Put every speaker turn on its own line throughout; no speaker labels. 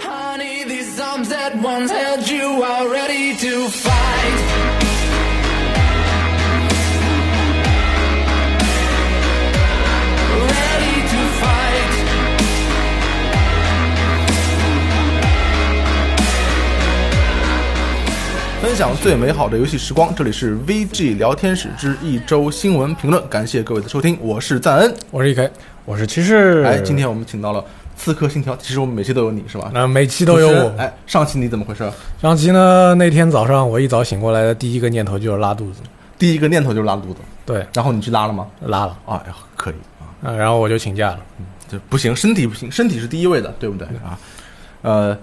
Honey, these arms that once held you are ready to fight. Ready to fight.
《分享最美好的游戏时光》，这里是 VG 聊天室之一周新闻评论，感谢各位的收听，我是赞恩。
我是 EK，我是骑士。
哎，今天我们请到了《刺客信条》，其实我们每期都有你是吧？
那、呃每期都有
主持人
我。
哎，上期你怎么回事？
上期呢，那天早上我一早醒过来的第一个念头就是拉肚子，
第一个念头就是拉肚子，
对，
然后你去拉了吗？
拉了，
啊，哎呀，可以啊，
啊然后我就请假了。
这不行，身体不行，身体是第一位的，对不对啊？呃，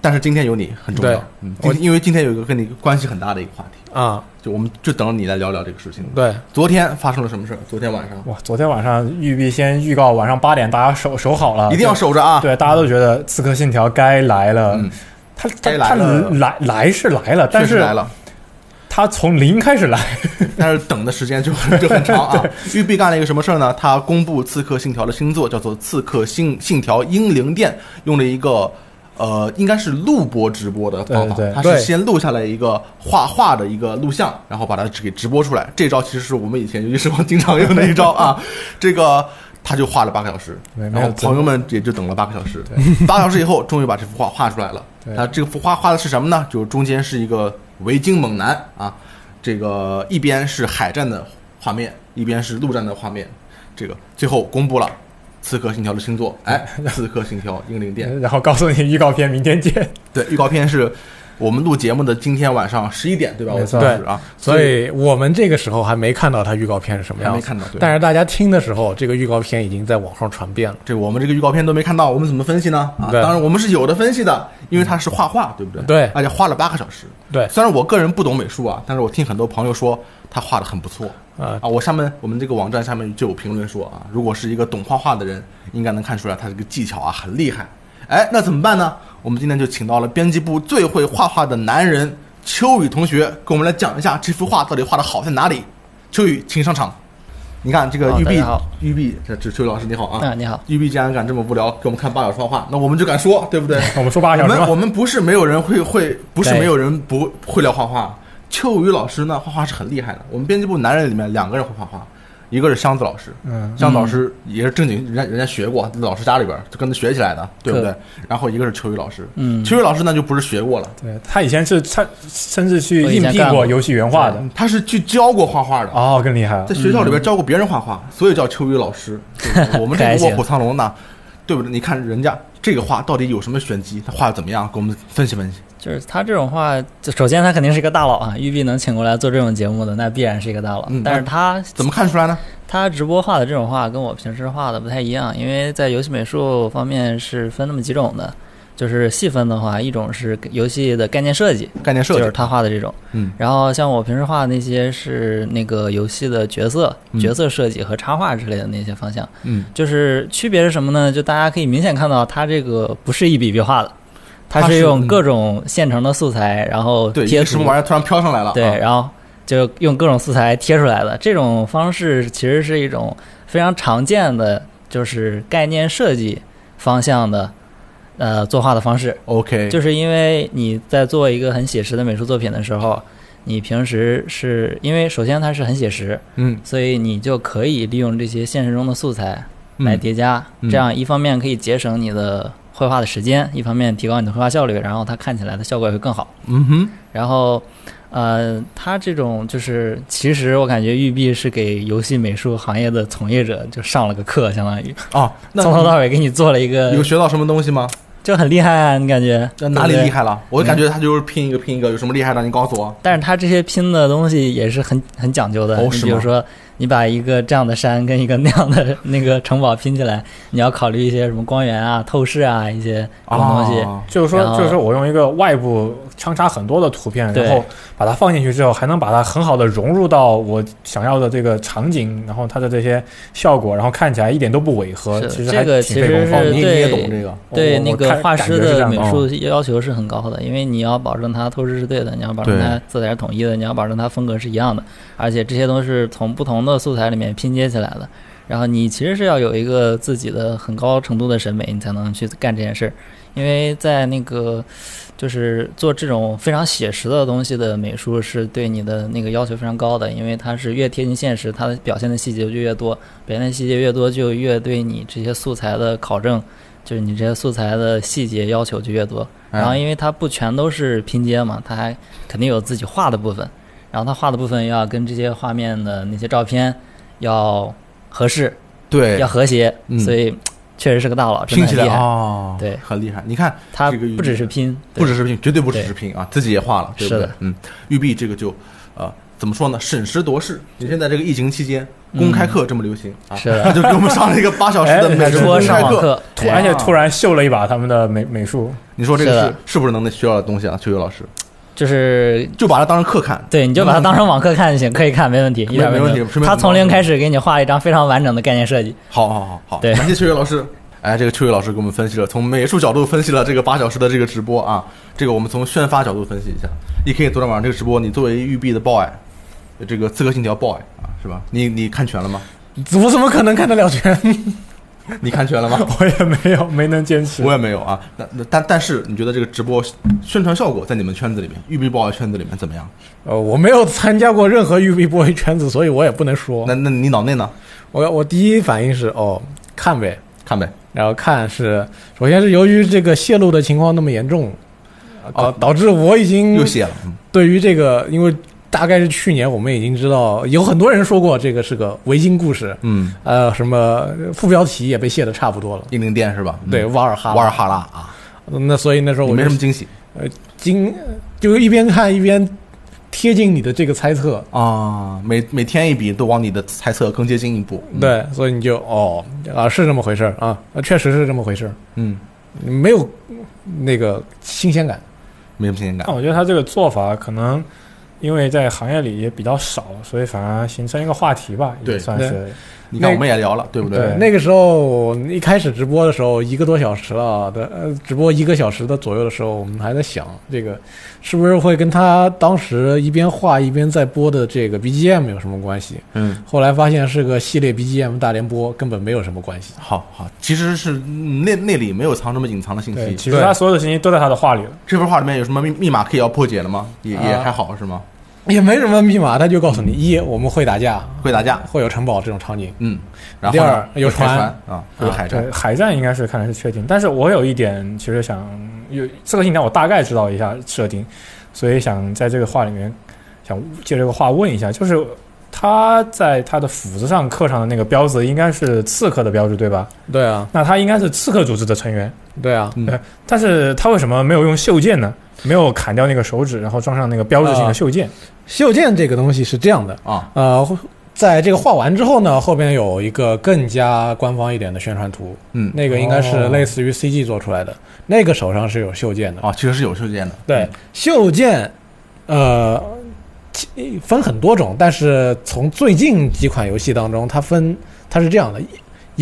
但是今天有你很重要
对，
嗯，
我
今因为今天有一个跟你关系很大的一个话题，
啊、
就我们就等着你来聊聊这个事情。
对，啊
昨天发生了什么事儿？昨天晚上
哇，昨天晚上玉碧先预告晚上八点，大家守守好了，
一定要守着啊！
对。对，大家都觉得《刺客信条》该来了，
嗯
他他
该来
他
了
来来是来了，但
确实
是
来了，
他从零开始 来，
但是等的时间就就很长啊。育碧干了一个什么事儿呢？他公布《刺客信条》的新作，叫做《刺客信信条：英灵殿》，用了一个呃，应该是录播直播的方法。
对对
他
对
是先录下来一个画画的一个录像，然后把它给直播出来。这招其实是我们以前游戏时光经常用的一招啊。这个他就画了八个小时，
没
然
没
后
有真
朋友们也就等了八个小时。 八个小时以后，终于把这幅画画出来了。
对
他这幅画画的是什么呢？就是中间是一个维京猛男啊，这个一边是海战的画面，一边是陆战的画面。这个最后公布了《刺客信条》的新作，哎，《刺客信条：英灵殿》
然后告诉你预告片明天见。
对，预告片是我们录节目的今天晚上十一点，对吧？
没错
我记得是啊，
所以我们这个时候还没看到它预告片是什么样
还
子，
没看到对
但是大家听的时候，这个预告片已经在网上传遍了。
这我们这个预告片都没看到，我们怎么分析呢？啊，
对
当然我们是有的分析的，因为它是画画，对不对？
对
而且画了八个小时。
对
虽然我个人不懂美术啊，但是我听很多朋友说他画的很不错
呃
啊
啊。我下面我们这个网站下面就有评论说啊，如果是一个懂画画的人，应该能看出来他这个技巧啊很厉害。哎，那怎么办呢？我们今天就请到了编辑部最会画画的男人秋雨同学，跟我们来讲一下这幅画到底画的好在哪里。秋雨，请上场。你看这个
好
玉碧
大家好，
玉碧，这这秋雨老师你好啊，
啊你好
玉碧竟然敢这么无聊，给我们看八小时画画，那我们就敢说，对不 对？
我们说八个
我
小时
们我
吧，
们不是没有人会会，不是
对
没有人不会聊画画。秋雨老师呢，画画是很厉害的。我们编辑部男人里面两个人会画画，一个是箱子老师，
嗯，
箱子老师也是正经人家人家学过，老师家里边就跟他学起来的，对不对
对？
然后一个是秋雨老师，
嗯
秋雨老师呢就不是学过了，
对他以前是他甚至去
我以
应
前
聘
干
过
过
游戏原画的，
他是去教过画画的，
哦，更厉害了
在。学校里边教过别人画画，所以叫秋雨老 师。对不对我们这
还
个
行
卧虎藏龙呢，对不对？你看人家这个画到底有什么玄机？他画的怎么样？给我们分析分析。
就是他这种话，就首先他肯定是一个大佬啊，育碧能请过来做这种节目的，那必然是一个大佬。
嗯
但是他
怎么看出来呢？
他直播画的这种画跟我平时画的不太一样，因为在游戏美术方面是分那么几种的，就是细分的话，一种是游戏的概念设计，
概念设
就是
计，
他画的这种。
嗯，
然后像我平时画的那些是那个游戏的角色、
嗯
角色设计和插画之类的那些方向，
嗯，
就是区别是什么呢？就大家可以明显看到，它这个不是一笔笔画的，它
它是嗯
是用各种现成的素材，然后
对，一
贴
个
图
什么玩意儿突然飘上来了？
对，
啊
然后就用各种素材贴出来的。这种方式其实是一种非常常见的，就是概念设计方向的，呃，作画的方式。
，OK，
就是因为你在做一个很写实的美术作品的时候，你平时是因为首先它是很写实，
嗯，
所以你就可以利用这些现实中的素材来
嗯
叠加，
嗯
这样一方面可以节省你的绘画的时间，一方面提高你的绘画效率，然后它看起来的效果也会更好。
嗯哼，
然后，呃，它这种就是，其实我感觉育碧是给游戏美术行业的从业者就上了个课，相当于
哦，那
从头到尾给你做了一个
有，学到什么东西吗？
就很厉害啊，你感觉
那哪里
对不对嗯
厉害了？我感觉他就是拼一个拼一个，有什么厉害的？你告诉我。
但是它这些拼的东西也是很很讲究的。
哦
你
是
比如
吗
说，你把一个这样的山跟一个那样的那个城堡拼起来，你要考虑一些什么光源啊、透视啊一些这种东西。
啊
就是说
然，后
就是说我用一个外部穿插很多的图片，
对
然后把它放进去之后，还能把它很好的融入到我想要的这个场景，然后它的这些效果，然后看起来一点都不违和。
是
其实
这
还
个
挺
其
费
实
功夫
哦，
是
你你也
对
懂这个？
对
我
那
我
个
看
画
感
师
觉是这
的
样
美
哦
术要求是很高的，因为你要保证它透视是对的，你要保证
对
它色彩是统一的，你要保证它风格是一样的，而且这些都是从不同的素材里面拼接起来的。然后你其实是要有一个自己的很高程度的审美，你才能去干这件事儿。因为在那个就是做这种非常写实的东西的美术，是对你的那个要求非常高的，因为它是越贴近现实，它的表现的细节就越多，表现的细节越多，就越对你这些素材的考证，就是你这些素材的细节要求就越多。
嗯
然后因为它不全都是拼接嘛，它还肯定有自己画的部分，然后它画的部分要跟这些画面的那些照片要合适，
对
要，和谐，
嗯
所以确实是个大佬，真
拼起
的很
来
厉害。
哦，
对
很厉害。你看，
他
这个
不只是拼，对
不只是拼，绝对不只
对
是拼啊，自己也画了，对不对
是的？
嗯，育碧这个就呃，怎么说呢？审时度势。你现在这个疫情期间，公开课这么流行啊，
是的
他 就给我们上了一个八小时的
哎
美术
说
公
上
开
网
课。
课，
突而且突然秀了一把他们的美美术，
你说这个
是
是
的
是不是能那学到的东西啊？秋秋老师
就是
就把它当成课看，
对，你就把它当成网课看就行，可以看，没问题，一点
没
问
问题顺便
他从零开始给你画一张非常完整的概念设计，
好好好好，
对
感谢秋月老师。哎，这个秋月老师给我们分析了，从美术角度分析了这个八小时的这个直播啊，这个我们从宣发角度分析一下。E K 昨天晚上这个直播，你作为育碧的 boy，这个《刺客信条》boy 啊，是吧？你你看全了吗？
我怎么可能看得了 全？
你看全了 吗？
我也没有没能坚持
我。也没有啊。那那但但是，你觉得这个直播宣传效果在你们圈子里面，育碧 boy 圈子里面怎么样？
呃，我没有参加过任何育碧 boy 圈子，所以我也不能说
那。那你脑内呢？
我我第一反应是哦，看呗。
看呗。
然后看是，首先是由于这个泄露的情况那么严重，导
哦，
导致我已经
又写了，嗯
对于这个，因为大概是去年我们已经知道，有很多人说过这个是个维京故事，
嗯，
呃，什么副标题也被卸的差不多了。
英灵殿是吧？嗯
对，，瓦尔哈，
瓦尔哈拉啊，
拉。那所以那时候
你
我
没
就
什么惊喜
惊，就一边看一边贴近你的这个猜测。
啊，每每天一笔都往你的猜测更接近一步。嗯，
对，所以你就哦啊，是这么回事儿啊，确实是这么回事儿，
嗯，
没有那个新鲜感。
没什么新鲜感
但。我觉得他这个做法可能因为在行业里也比较少，所以反而形成一个话题吧，
对
也算是。
你看，
那
我们也聊了，对不
对
那个时候一开始直播的时候，一个多小时了的，呃，直播一个小时的左右的时候，我们还在想这个是不是会跟他当时一边画一边在播的这个 BGM 有什么关系？
嗯，
后来发现是个系列 BGM 大联播，根本没有什么关系。
好好，其实是嗯那那里没有藏什么隐藏的信
对，
息。
其实他所有的信息都在他的画里了。
这幅画里面有什么密密码可以要破解的吗？也也
啊
还好是吗？
也没什么密码，他就告诉你：一，我们会打架，
会打架，
会有城堡这种场景；
嗯，然后
第二
呢
有
会开
船
船啊，会有海战
对，。海战应该是看来是确定，但是我有一点其实想有这个信条，我大概知道一下设定，所以想在这个话里面想借这个话问一下，就是他在他的斧子上刻上的那个标志应该是刺客的标志对吧？
对啊，
那他应该是刺客组织的成员，
对啊，
嗯
对，但是他为什么没有用袖剑呢？没有砍掉那个手指，然后装上那个标志性的袖剑，
袖剑这个东西是这样的，
啊，
呃，在这个画完之后呢，后边有一个更加官方一点的宣传图，
嗯，
那个应该是
哦
类似于 CG 做出来的，那个手上是有袖剑的。
啊，其实是有袖剑的。
对，袖剑，呃，其分很多种，但是从最近几款游戏当中，它分它是这样的，一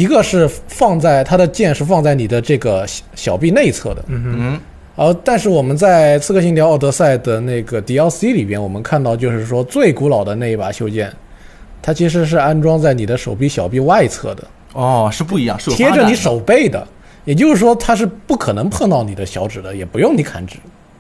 一个是放在它的剑是放在你的这个小小臂内侧的，
嗯哼，
嗯，
呃，但是我们在《刺客信条：奥德赛》的那个 DLC 里边，我们看到就是说最古老的那一把袖剑。它其实是安装在你的手臂小臂外侧的，
哦，是不一样，是有
贴
发
着
展
你
的
手背的，也就是说它是不可能碰到你的小指的，也不用你砍指。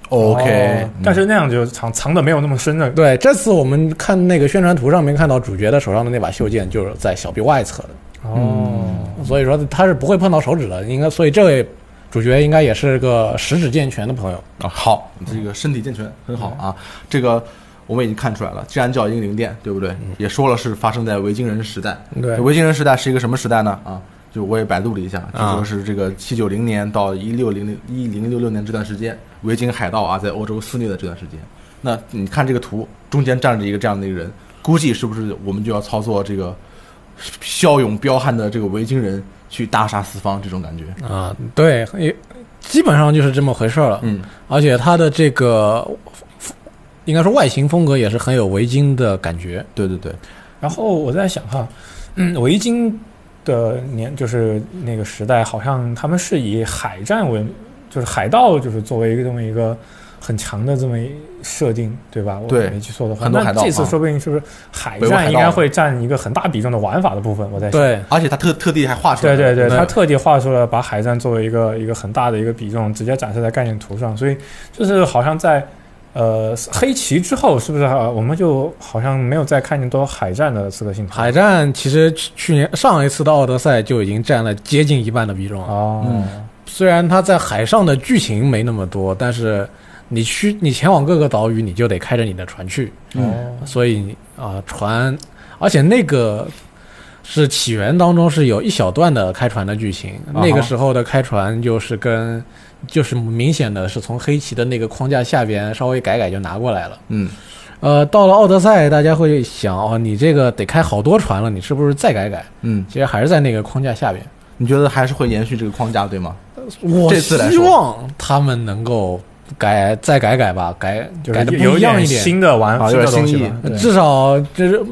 OK，
哦但是那样就藏藏的没有那么深了。
对，这次我们看那个宣传图上面看到主角的手上的那把袖剑就是在小臂外侧的，嗯
哦，
所以说他是不会碰到手指的，应该所以这位主角应该也是个十指健全的朋友。
啊，好，这个身体健全很好
嗯
啊。这个我们已经看出来了，既然叫英灵殿，对不对？
嗯
也说了是发生在维京人时代。
对
维京人时代是一个什么时代呢？啊，就我也百度了一下，据
啊
说是这个七九零年到一六零零一零六六年这段时间，维京海盗啊在欧洲肆虐的这段时间。那你看这个图，中间站着一个这样的一个人，估计是不是我们就要操作这个骁勇彪悍的这个维京人去大杀四方这种感觉？
啊，对，也基本上就是这么回事儿了。
嗯，
而且他的这个应该说外形风格也是很有维京的感觉。
对对对，
然后我在想哈，嗯，维京的年就是那个时代，好像他们是以海战为，就是海盗就是作为一个这么一个很强的这么一设定，对吧？我
对
没记错的话，
很多海
那
盗
这次
啊
说不定是不是海
北欧海
战应
盗
该会占一个很大比重的玩法的部分？我在想。
对，
而且他特特地还画出来
对
了，
对对，
对
他特地画出了把海战作为一个一个很大的一个比重，直接展示在概念图上，所以就是好像在呃黑旗之后，是不是、呃、我们就好像没有再看见多海战的刺客信条？
海战其实去去年上一次的奥德赛就已经占了接近一半的比重了。
哦，
嗯
虽然它在海上的剧情没那么多，但是你去你前往各个岛屿，你就得开着你的船去，
嗯，
哦，
所以啊、船，而且那个是起源当中是有一小段的开船的剧情，
啊哈
那个时候的开船就是跟就是明显的是从黑旗的那个框架下边稍微改改就拿过来了。
嗯，
呃，到了奥德赛，大家会想哦，你这个得开好多船了，你是不是再改改？
嗯，
其实还是在那个框架下边。
你觉得还是会延续这个框架对吗？
我
这次来说
希望他们能够改再改改吧，改
就
改
是
的
有
不
有
一样一点。
新的玩
啊
法，
有点
新的东西
新意
吧对
至少这是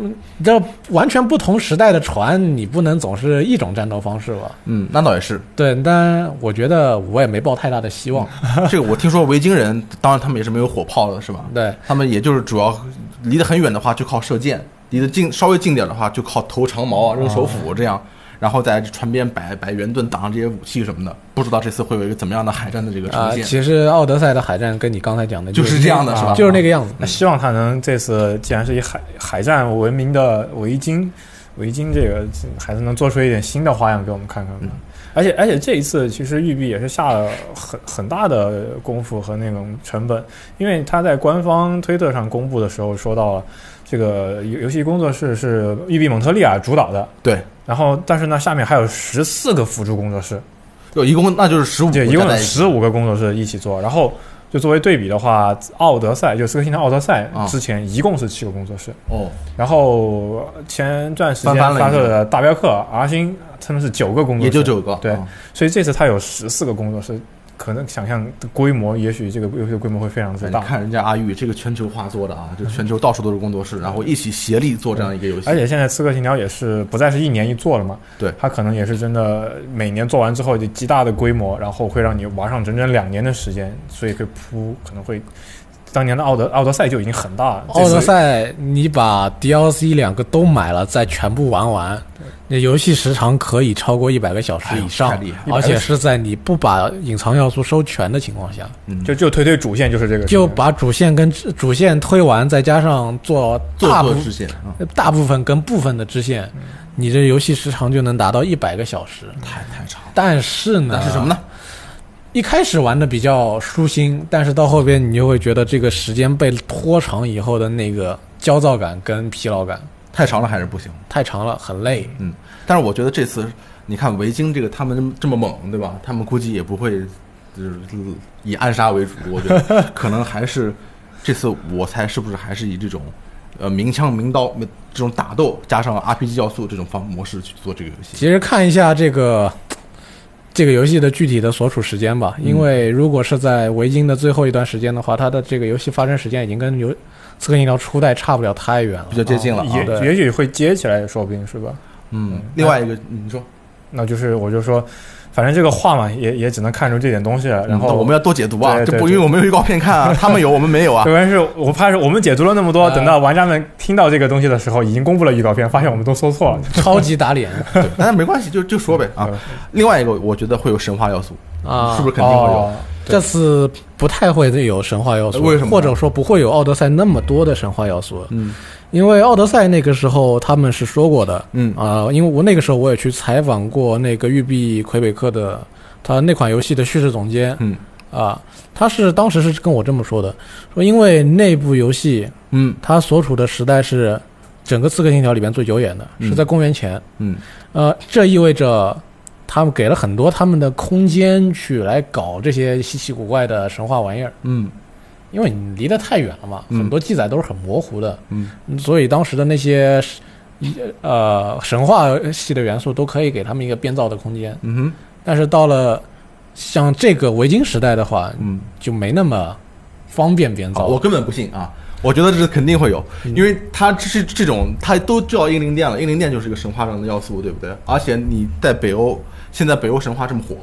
这完全不同时代的船，你不能总是一种战斗方式吧？
嗯，那倒也是。
对，但我觉得我也没抱太大的希望。
这个我听说维京人，当然他们也是没有火炮的，是吧？
对，
他们也就是主要离得很远的话就靠射箭，离得近稍微近点的话就靠投长矛啊、扔手斧这
哦
样，然后在船边摆摆圆盾挡着这些武器什么的。不知道这次会有一个怎么样的海战的这个
啊、
呈现？
其实奥德赛的海战跟你刚才讲的
就是这样的是吧
就是啊那个样子。
那希望他能这次，既然是以海海战闻名的维京，维京这个还是能做出一点新的花样给我们看看吧。而且而且这一次其实育碧也是下了很很大的功夫和那种成本，因为他在官方推特上公布的时候说到了，这个游游戏工作室是育碧蒙特利尔主导的，
对，
然后但是呢下面还有十四个辅助工作室，
就一共那就是十五，
对，一共有
在
十五个工作室一起做。然后就作为对比的话，奥德赛就《刺客信条：奥德赛
啊》
之前一共是七个工作室，
哦，
然后前段时间
翻番了
发
已
售
经
的《大镖客》R 星，他们是九个工作室，
也就九个，
对
啊
所以这次它有十四个工作室，可能想象的规模，也许这个游戏的规模会非常之
你
大。
看人家阿玉这个全球化做的啊，就全球到处都是工作室，然后一起协力做这样一个游戏，
而且现在《刺客信条》也是不再是一年一做了嘛，
对
它可能也是真的每年做完之后就极大的规模，然后会让你玩上整整两年的时间，所以可以铺可能会，当年的奥德奥德赛就已经很大了，这
奥
次
德赛，你把 DLC 两个都买了，再全部玩完，那游戏时长可以超过一百个小时以
哎
上
呦太厉害，
了
而且是在你不把隐藏要素收全的情况下，
嗯
就就推推主线就是这个事情，
就把主线跟主线推完，再加上做
做
大部
做实现啊，
大部分跟部分的支线，
嗯
你这游戏时长就能达到一百个小时。
太太长了。
但是呢，
那是什么呢？
一开始玩的比较舒心，但是到后边你就会觉得这个时间被拖长以后的那个焦躁感跟疲劳感
太长了还是不行。
太长了，很累。
嗯，但是我觉得这次，你看维京这个他们这么这么猛，对吧？他们估计也不会就是以暗杀为主，我觉得 可能还是这次我猜是不是还是以这种呃明枪明刀这种打斗加上 RPG 要素这种方模式去做这个游戏。
其实看一下这个这个游戏的具体的所处时间吧，
嗯
因为如果是在维京的最后一段时间的话，它的这个游戏发生时间已经跟游《刺客信条》初代差不了太远了
比。较接近了啊，
哦也
对
也许会接起来，说不定是吧？
嗯，另外一个你说，
那就是我就说，反正这个话嘛，也也只能看出这点东西了。然后
嗯我们要多解读啊，
对
这
对
不
对
因为我们有预告片看啊，他们有我们没有啊
特，别是我怕是我们解读了那么多，
嗯
啊
等到玩家们听到这个东西的时候，已经公布了预告片，发现我们都说错了。
超级打脸
对但是没关系，就就说呗啊。
嗯
另外一个我觉得会有神话要素，
啊！
是不是肯定会有？
哦对
这次不太会有神话要素？
为什么呢
或者说不会有奥德赛那么多的神话要素？
嗯
因为奥德赛那个时候他们是说过的，
嗯
啊、因为我那个时候我也去采访过那个育碧魁北克的他那款游戏的叙事总监，
嗯
啊，他是当时是跟我这么说的，说因为那部游戏
嗯
它所处的时代是整个《刺客信条》里边最久远的，
嗯
是在公元前，
嗯
呃，这意味着他们给了很多他们的空间去来搞这些稀奇古怪的神话玩意儿，
嗯
因为你离得太远了嘛，
嗯
很多记载都是很模糊的，
嗯
所以当时的那些呃神话系的元素都可以给他们一个编造的空间。
嗯哼
但是到了像这个维京时代的话，
嗯。
就没那么方便编
啊
造。
我根本不信啊！我觉得这是肯定会有，因为它这是这种，它都叫英灵殿了，英灵殿就是一个神话上的要素，对不对？而且你在北欧，现在北欧神话这么火，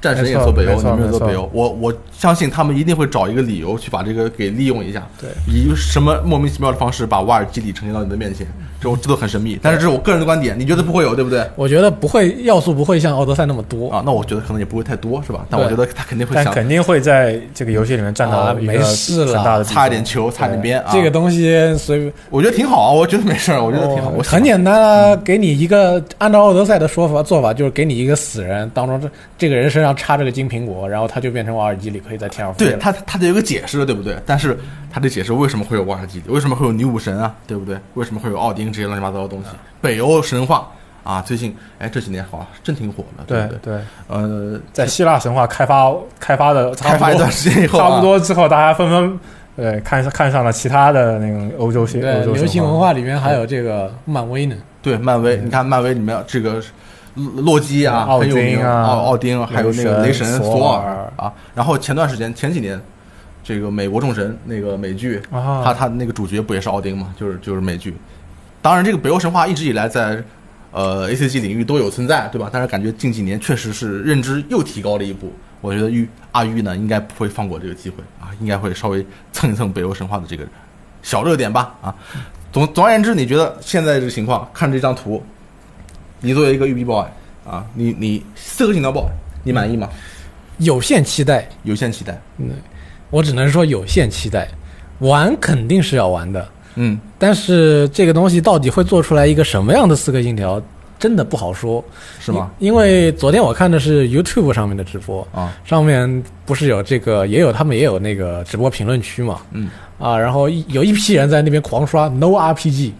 战神也
没
做
错
北欧，
没错
你们也做
没错
北欧，我我相信他们一定会找一个理由去把这个给利用一下，
对，
以什么莫名其妙的方式把瓦尔基里呈现到你的面前，这种这都很神秘，但是这是我个人的观点，你觉得不会有对不对？
我觉得不会要素不会像奥德赛那么多，
啊，那我觉得可能也不会太多，是吧？但
对
我觉得他肯定会
但
想
肯定会在这个游戏里面占
啊
到一
没
个
事
很
了
大的比重
擦一点球，擦一点边啊，
这个东西随便
我觉得挺好啊，我觉得没事儿，我觉得挺好，
哦
我喜欢
很简单啊，给你一个按照奥德赛的说法做法，就是给你一个死人，当中这这个人身上插着个金苹果，然后他就变成瓦尔基里，可以在天上飞
对
了。
他，他得有个解释，对不对？但是他得解释为什么会有瓦尔基里，为什么会有女武神啊，对不对？为什么会有奥丁这些乱七八糟的东西？北欧神话啊，最近哎这几年好像真挺火的，对
对
不对？
对，
呃，
在希腊神话开发开发的差
开
不
发一
多
段时间以后、啊，
差不多之后，大家纷纷对看看上了其他的那种欧洲系欧
对，
洲
流行
神
文化里面还有这个漫威呢，
对漫威，你看漫威里面这个洛洛基啊，
奥
很有名
丁啊
奥奥丁，还有那个
雷
雷
神
神
索
索
尔
啊。然后前段时间前几年，这个美国众神那个美剧，
啊
他他那个主角不也是奥丁嘛？就是就是美剧。当然，这个北欧神话一直以来在呃 A C G 领域都有存在，对吧？但是感觉近几年确实是认知又提高了一步。我觉得玉阿玉呢，应该不会放过这个机会啊，应该会稍微蹭一蹭北欧神话的这个小热点吧啊。总总而言之，你觉得现在这个情况，看这张图，你作为一个育碧 boy 啊，你你四个信条 boy，你满意吗？
有限期待，
有限期待，
我只能说有限期待，玩肯定是要玩的，
嗯，
但是这个东西到底会做出来一个什么样的四个信条，真的不好说，
是吗？
因？因为昨天我看的是 YouTube 上面的直播，
啊，
上面不是有这个，也有他们也有那个直播评论区嘛，
嗯，
啊，然后一有一批人在那边狂刷 No RPG，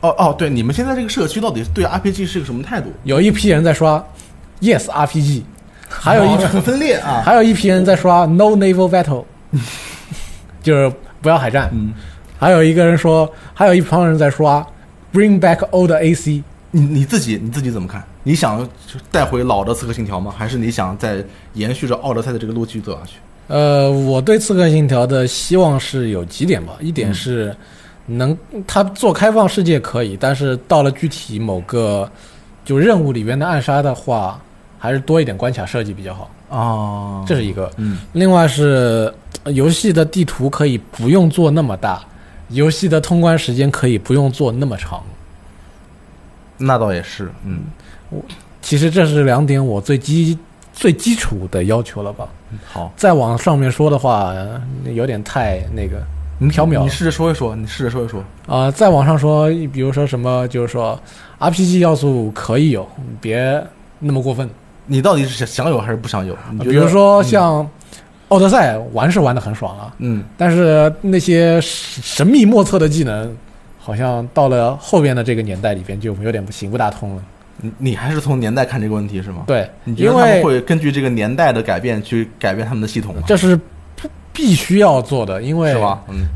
哦哦，对，你们现在这个社区到底对 RPG 是个什么态度？
有一批人在刷 Yes RPG，还有一
哦很分裂啊，
还有一批人在刷 No Naval Battle，就是不要海战，
嗯，
还有一个人说，还有一帮人在刷 Bring Back Old AC，
你你自己你自己怎么看？你想就带回老的刺客信条吗？还是你想再延续着奥德赛的这个路继续走下去？
呃，我对《刺客信条》的希望是有几点吧，一点
嗯
是能它做开放世界可以，但是到了具体某个就任务里边的暗杀的话，还是多一点关卡设计比较好，
哦
这是一个。
嗯
另外是呃游戏的地图可以不用做那么大，游戏的通关时间可以不用做那么长。
那倒也是，嗯，
其实这是两点我最基最基础的要求了吧。
好，
再往上面说的话，呃有点太那个。
你
缥缈
你试着说一说，你试着说一说，
啊，再往上说，比如说什么，就是说 RPG 要素可以有，别那么过分。
你到底是想想有还是不想有？你觉得
比如说像《奥德赛》，玩是玩的很爽啊，
嗯，
但是那些神神秘莫测的技能，好像到了后边的这个年代里边就有点不行不大通了。
你你还是从年代看这个问题是吗？，
对，
你觉
因
得他
为
们会根据这个年代的改变去改变他们的系统吗？
这是不必须要做的，因为
是吧？嗯，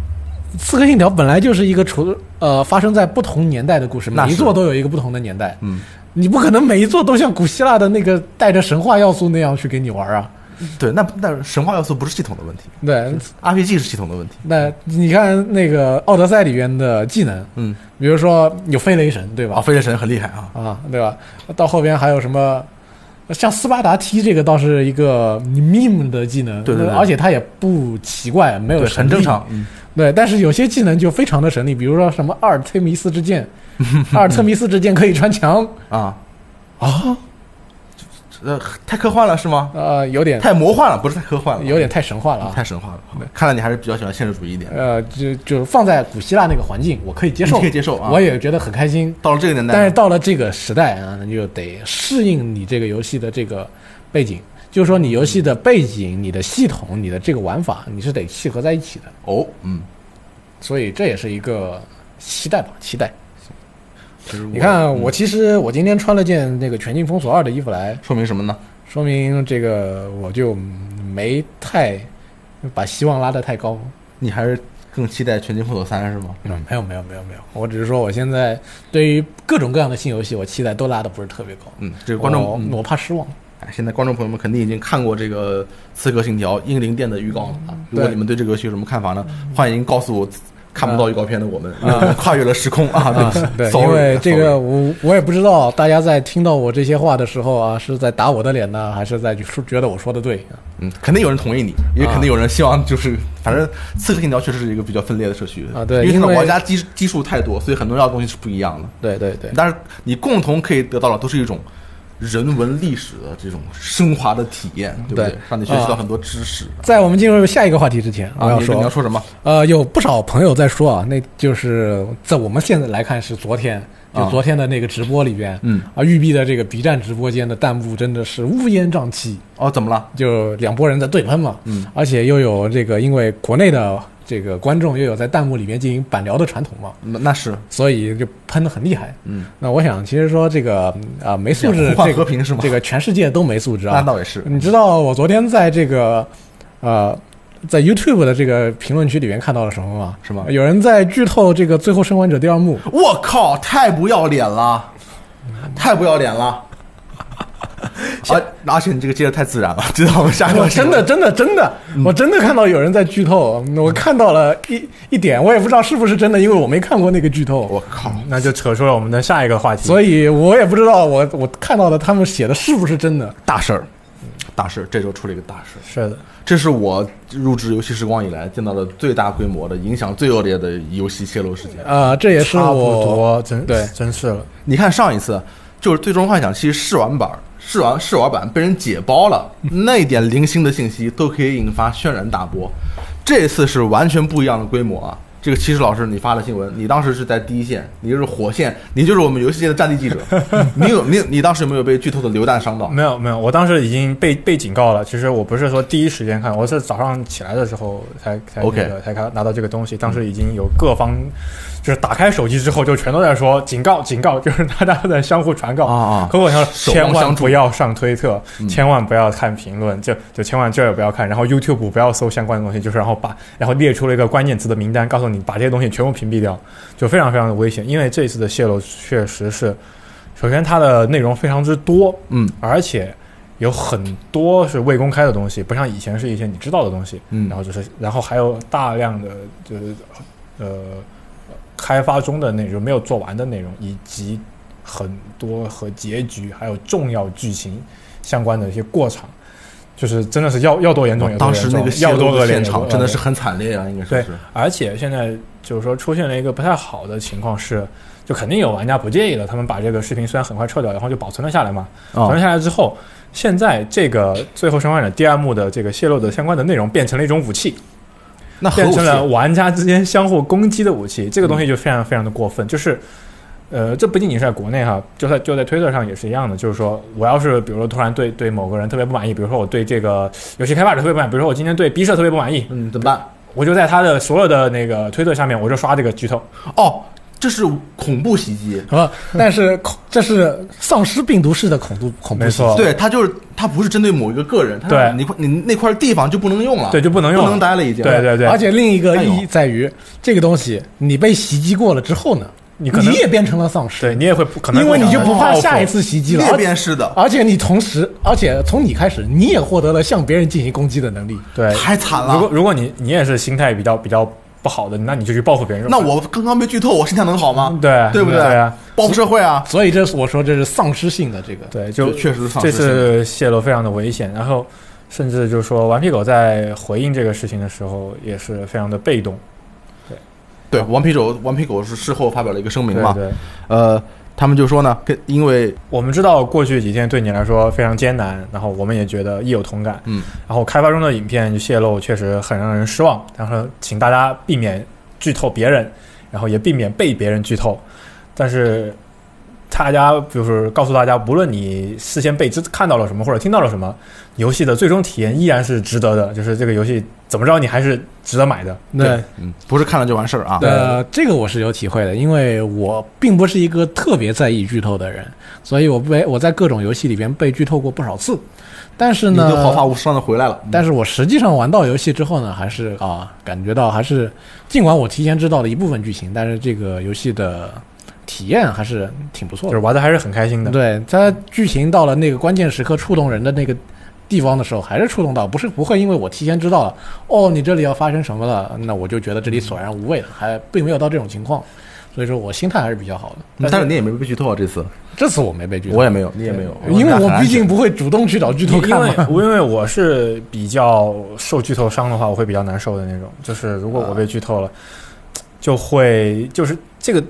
《刺客信条》本来就是一个除呃发生在不同年代的故事，
那
每一
是
座都有一个不同的年代。
嗯，
你不可能每一座都像古希腊的那个带着神话要素那样去给你玩啊。
对，那那神话要素不是系统的问题
对，
，RPG 是系统的问题。
那你看那个《奥德赛》里边的技能，
嗯，
比如说有飞雷神，对
啊，
吧？
飞雷神很厉害啊，
啊，对吧？到后边还有什么？像斯巴达踢这个倒是一个 meme 的技能，
对对对
而且它也不奇怪，没有
对，
神
很
力
正。常。嗯
对，但是有些技能就非常的神力，比如说什么阿尔忒弥斯 之剑，阿尔忒弥斯之剑可以穿墙，
啊啊，呃，太科幻了是吗？
呃，有点
太魔幻了，不是太科幻了，
有点太神话了啊。
太神话了。看来你还是比较喜欢现实主义一点。
呃，就就是放在古希腊那个环境，我可以接受，
你可以接受啊
我也觉得很开心。
到了这个年代，
但是到了这个时代啊，那就得适应你这个游戏的这个背景，就是说你游戏的背景、你的系统、你的这个玩法，你是得契合在一起的。
哦，嗯，
所以这也是一个期待吧，期待。
其实
你看，我
嗯
其实我今天穿了件那个《全境封锁二》的衣服来，
说明什么呢？
说明这个我就没太把希望拉得太高。
你还是更期待《全境封锁三》是吗？
嗯，没有没有没有没有，我只是说我现在对于各种各样的新游戏，我期待都拉的不是特别高。
嗯，这个观众
我，
嗯
我怕失望。
哎，现在观众朋友们肯定已经看过这个《刺客信条：英灵殿》的预告了啊！如果
嗯对嗯
你们对这个游戏有什么看法呢？欢迎告诉我，看不到预告片的我们， 跨越了时空啊！
啊，
对
对，
，sorry，
因为这
sorry
个我我也不知道大家在听到我这些话的时候啊，是在打我的脸呢，还是在说觉得我说的对？
嗯，肯定有人同意你，也
啊
肯定有人希望就是，反正《刺客信条》确实是一个比较分裂的社区
啊对
因为
因
它的
为
玩家基基数太多，所以很多要的东西是不一样的。
对对对，
但是你共同可以得到的都是一种人文历史的这种升华的体验，对不对？
对
让你学习到很多知识。
在我们进入下一个话题之前，我
啊，
要
你你要
说，
说什么？
呃，有不少朋友在说啊，那就是在我们现在来看是昨天，就
啊
昨天的那个直播里边，
嗯，
啊，育碧的这个 B 站直播间的弹幕真的是乌烟瘴气，
哦，怎么了？
就两拨人在对喷嘛，
嗯，
而且又有这个因为国内的这个观众又有在弹幕里面进行板聊的传统嘛，
那那是，
所以就喷的很厉害。
嗯，
那我想，其实说这个嗯啊、没素质，
互换
这
和
个
平是吗
这个全世界都没素质
那
啊。
倒也是。
你知道我昨天在这个呃，在 YouTube 的这个评论区里面看到了什么吗？
什么
有人在剧透这个《最后生还者》第 二幕。
我靠，太不要脸了，太不要脸 了！而而且你这个接的太自然了， 知道哎我们嗯下一
我
个
真的真的真的，我真的看到有人在剧透，我看到了一一点，我也不知道是不是真的，因为我没看过那个剧透。
我靠，
那就扯出了我们的下一个话题。
所以我也不知道我我看到的他们写的是不是真的。
大事儿，大事儿，这周出了一个大事儿，
是的，
这是我入职游戏时光以来见到的最大规模的、影响最恶劣的游戏泄露事件。
呃，这也是
差不
我
多，真
对
真是了。
你看上一次就是《最终幻想七》试玩版，试玩试玩版被人解包了， 那一点零星的信息都可以引发轩然大波。这次是完全不一样的规模啊！这个骑士老师，你发了新闻，你当时是在第一线，你就是火线，你就是我们游戏界的战地记 者。你有你你当时有没有被剧透的流弹伤到？
没有没有，我当时已经被被警告了。其实我不是说第一时间看，我是早上起来的时候才才那
OK
个才看拿到这个东西。当时已经有各方就是打开手机之后就全都在说警告警告，就是大家都在相互传告。
啊啊
可我想
手忙
千
相
万
助
不要上推特，
嗯
千万不要看评论，就就千万这儿也不要看，然后 YouTube 不要搜相关的东西，就是然后把然后列出了一个关键词的名单，告诉你把这些东西全部屏蔽掉，就非常非常的危险。因为这次的泄露确实是，首先它的内容非常之多，
嗯
而且有很多是未公开的东西，不像以前是一些你知道的东西。
嗯
然后就是，然后还有大量的就是呃开发中的内容，没有做完的内容，以及很多和结局还有重要剧情相关的一些过场，就是真的是要要多严重有多
哦当
严
时
重，
那个泄
要多
露
恶
的
劣
现
有多
场
恶
真的
劣
是很惨烈啊，应该说
对
是。，
呃而且现在就是说出现了一个不太好的情况是，就肯定有玩家不介意了，他们把这个视频虽然很快撤掉，然后就保存了下来嘛。
哦
保
哦
存下来之后，现在这个《最后生还者》第二幕的这个泄露的相关的内容变成了一种武器，
那核
变
武器
成了玩家之间相互攻击的武
嗯
器，这个东西就非常非常的过分，就是。呃，这不仅仅是在国内哈，就在就在推特上也是一样的，就是说，我要是比如说突然对对某个人特别不满意，比如说我对这个游戏开发者特别不满意，比如说我今天对 B 社特别不满意，
嗯，怎么办？
我就在他的所有的那个推特下面，我就刷这个剧透。
哦，这是恐怖袭击。
啊，但是恐这是丧尸病毒式的恐怖恐怖
没
袭击
错
对，它就是它不是针对某一个个人，它是
对
你块你那块地方就不能用了，
对就不能用
不
了
能待了已经。
对对对，
而且另一个
哎呦
意义在于，这个东西你被袭击过了之后呢，
你可能
也变成了丧尸，
对你也会不可能
因为
会
你就
想
不
到
怕
报复
下一次袭击了，
裂
而
变式的，
而且你同时，而且从你开始，你也获得了向别人进行攻击的能力。
对。
太惨
哎如果
了。
如果你你也是心态比较比较不好的，那你就去报复别人。
那我刚刚被剧透，我心态能好吗？
对
对不
对啊？
报复社会啊！
所以这是我说这是丧尸性的这个，
对就
这确实是丧
这
尸
次泄露非常的危险，然后甚至就是说，顽皮狗在回应这个事情的时候也是非常的被动。
对，顽皮狗，顽皮狗是事后发表了一个声明
对
嘛？
对，
呃，他们就说呢，跟因为
我们知道过去几天对你来说非常艰难，然后我们也觉得亦有同感。
嗯，
然后开发中的影片泄露确实很让人失望，然后请大家避免剧透别人，然后也避免被别人剧透。但是大家就是告诉大家，无论你事先被知看到了什么或者听到了什么，游戏的最终体验依然是值得的，就是这个游戏怎么着你还是值得买的。
对，
嗯，不是看了就完事儿啊。
呃，这个我是有体会的，因为我并不是一个特别在意剧透的人，所以我被我在各种游戏里边被剧透过不少次，但是
你
呢，
就毫发无伤的回来了，
但是我实际上玩到游戏之后呢，还是啊，感觉到还是，尽管我提前知道了一部分剧情，但是这个游戏的体验还是挺不错
就是
的。
嗯
玩的还是很开心的。
对，它剧情到了那个关键时刻触动人的那个地方的时候，还是触动到，不是不会因为我提前知道了，哦，你这里要发生什么了，那我就觉得这里索然无味了，还并没有到这种情况，所以说我心态还是比较好的。
但是你也没被剧透啊，这次
这次我没被剧透，
我也没有，你也没有，
因为
那很
我
安
毕
全
竟不会主动去找剧透
因
看
为
嘛。
因为我是比较受剧透伤的话，我会比较难受的那种。就是如果
啊
我被剧透了，就会就是这个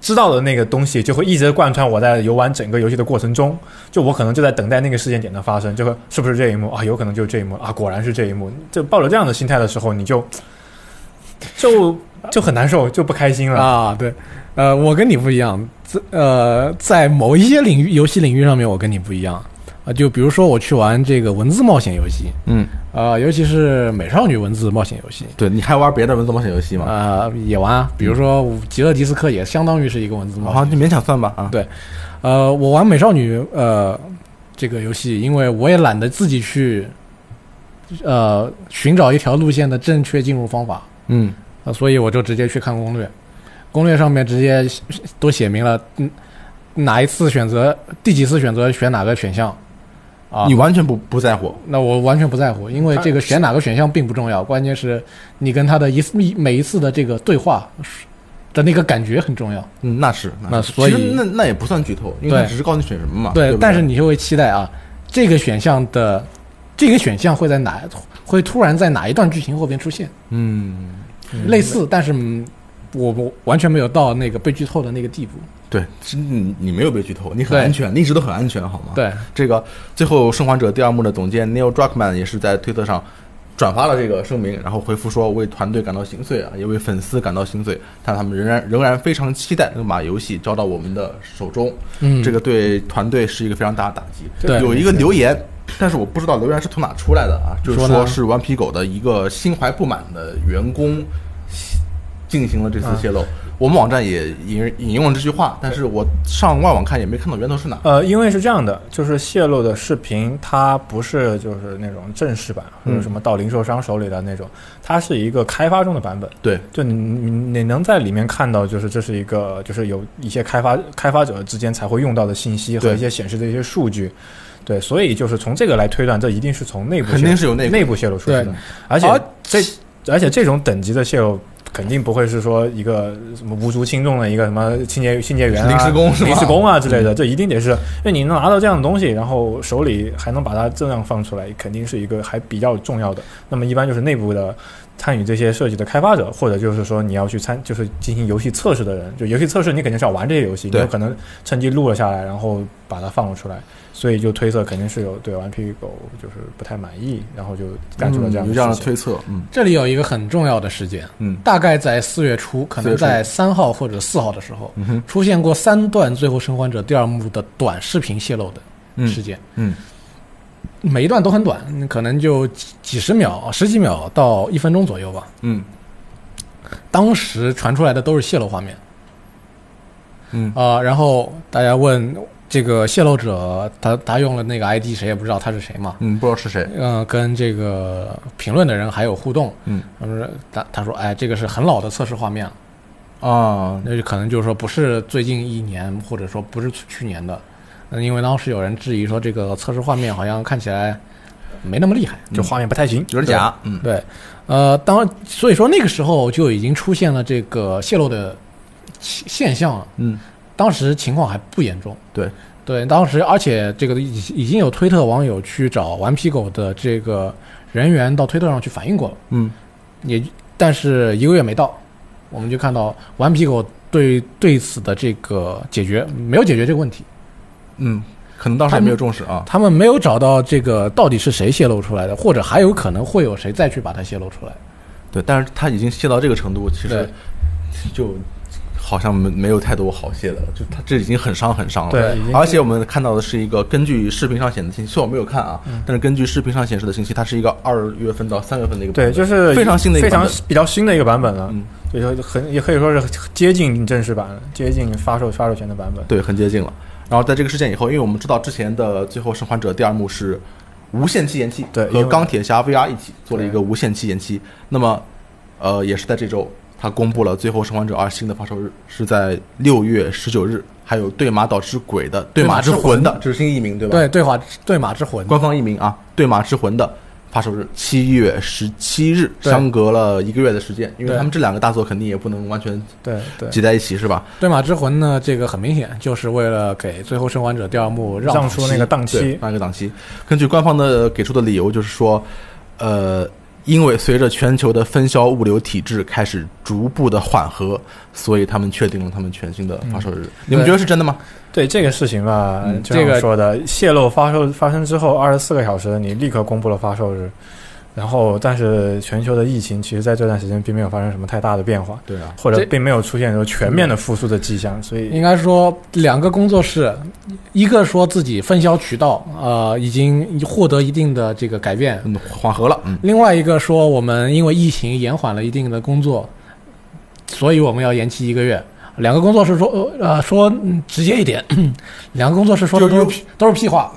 知道的那个东西就会一直贯穿我在游玩整个游戏的过程中。就我可能就在等待那个事件点的发生，就会是不是这一幕啊？有可能就是这一幕啊，果然是这一幕。就抱着这样的心态的时候，你就就就很难受，就不开心了。
嗯
啊，对，呃，我跟你不一样，在呃，在某一些领域，游戏领域上面，我跟你不一样啊、就比如说我去玩这个文字冒险游戏，
嗯，
呃，尤其是美少女文字冒险游戏，
对，你还玩别的文字冒险游戏吗？
呃，也玩啊，比如说《极乐迪斯科》也相当于是一个文字冒
好像
险
就勉强算吧啊。
对呃，我玩美少女呃这个游戏，因为我也懒得自己去呃寻找一条路线的正确进入方法，
嗯，
呃，所以我就直接去看攻略，攻略上面直接都写明了，嗯，哪一次选择，第几次选择选哪个选项，啊
你，完全不不在乎，
那我完全不在乎，因为这个选哪个选项并不重要，关键是你跟他的一次每一次的这个对话的那个感觉很重要。
嗯，那是
那
是
所以
其实那那也不算剧透，因为
对
他只是告诉你选什么嘛。对
对，
不对，
但是你就会期待啊，这个选项的这个选项会在哪会突然在哪一段剧情后边出现，
嗯，
类似，但是嗯我我完全没有到那个被剧透的那个地步。
对，是你你没有被剧透，你很
对
安全，你一直都很安全，好吗？，
对，
这个最后《生还者》第二幕的总监 Neil Druckmann 也是在推特上转发了这个声明，然后回复说为团队感到心碎啊，也为粉丝感到心碎，但他们仍然仍然非常期待能把游戏交到我们的手中。
嗯，
这个对团队是一个非常大的打击。
对
有一个留言，但是我不知道留言是从哪出来的啊，就是
说呢
说是顽皮狗的一个心怀不满的员工进行了这次泄
啊
露。我们网站也引引用了这句话，但是我上外网看也没看到源头是哪。
呃，因为是这样的，就是泄露的视频，它不是就是那种正式版，或者什么到零售商手里的那种，它是一个开发中的版本。
对，
就你你你能在里面看到，就是这是一个就是有一些开发开发者之间才会用到的信息和
对
一些显示的一些数据。对，所以就是从这个来推断，这一定是从内部
肯
泄
定
露
是有内部
内部泄露出去
对
的，而且
而
这而且这种等级的泄露。肯定不会是说一个什么无足轻重的一个什么清洁清洁员啊、
临时工是吧嗯
临时工啊之类的，这一定得是，因为你能拿到这样的东西，然后手里还能把它这样放出来，肯定是一个还比较重要的。那么一般就是内部的参与这些设计的开发者，或者就是说你要去参，就是进行游戏测试的人，就游戏测试你肯定是要玩这些游戏，你
对
有可能趁机录了下来，然后把它放了出来，所以就推测肯定是有对顽皮狗就是不太满意，然后就干出了这
嗯
样
有
的
这样
事
的
情。
推测，嗯
这里有一个很重要的事件，
嗯
大概在四月初，可能
4月
在三号或者四号的时候，
嗯哼
出现过三段《最后生还者》第二幕的短视频泄露的事
嗯
件，
嗯，
每一段都很短，可能就几几十秒、十几秒到一分钟左右吧。
嗯
当时传出来的都是泄露画面
嗯
啊、然后大家问这个泄露者，他他用了那个 ID，谁也不知道他是谁嘛。
嗯，不知道是谁，
嗯、跟这个评论的人还有互动，
嗯
他们说他他说哎，这个是很老的测试画面了。
啊，
那就可能就是说不是最近一年，或者说不是去去年的，嗯，因为当时有人质疑说这个测试画面好像看起来没那么厉害，
就画面不太行，
有点假，嗯
对，呃，当然，所以说那个时候就已经出现了这个泄露的现现象了，
嗯，
当时情况还不严重，
对
对，当时而且这个已已经有推特网友去找顽皮狗的这个人员到推特上去反映过了。
嗯
也但是一个月没到，我们就看到顽皮狗对对此的这个解决没有解决这个问题，
嗯，可能当时也没有重视啊，
他们没有找到这个到底是谁泄露出来的，或者还有可能会有谁再去把它泄露出来。
对，但是他已经泄到这个程度，其实
对
就好像没没有太多好泄的了，就他这已经很伤很伤了。
对已经
而且我们看到的是一个根据视频上显示的信息，虽然我没有看啊，
嗯
但是根据视频上显示的信息，它是一个二月份到三月份的一个版
对，
本
就是
非常新的一个
非常
版本
比较新的一个版本了，
嗯
所以说很也可以说是接近正式版了，接近发售发售前的版本。
对，很接近了。然后在这个事件以后，因为我们知道之前的《最后生还者》第二幕是无限期延期，
对因
和
为
钢铁侠 VR 一起做了一个无限期延期。那么，呃，也是在这周，他公布了《最后生还者二》新的发售日是在六月十九日，还有《对马岛之鬼》的《对
马
马
之
之
魂
魂》的，这是新译名对吧？
对，对话对马之魂，
官方译名啊，《对马之魂》的发售日七月十七日，
对
相隔了一个月的时间，因为
对
他们这两个大作肯定也不能完全
对对
挤在一起，是吧？
对马之魂呢，这个很明显就是为了给最后生还者第二幕让
让出那个档
对
期，
那个档期，根据官方的呃给出的理由，就是说，呃，因为随着全球的分销物流体制开始逐步的缓和，所以他们确定了他们全新的发售
嗯
日。你们觉得是真的吗？
对这个事情吧，
嗯
就像
这
我
个
说的，泄露发售发生之后二十四个小时，你立刻公布了发售日，然后但是全球的疫情其实在这段时间并没有发生什么太大的变化，
对啊，
或者
这
并没有出现说全面的复苏的迹象，所以
应该说两个工作室，一个说自己分销渠道，呃，已经获得一定的这个改变，
嗯，缓和了， 嗯，
另外一个说，我们因为疫情延缓了一定的工作，所以我们要延期一个月。两个工作室说，呃，说嗯直接一点，两个工作室说的
就是
都是都是屁话，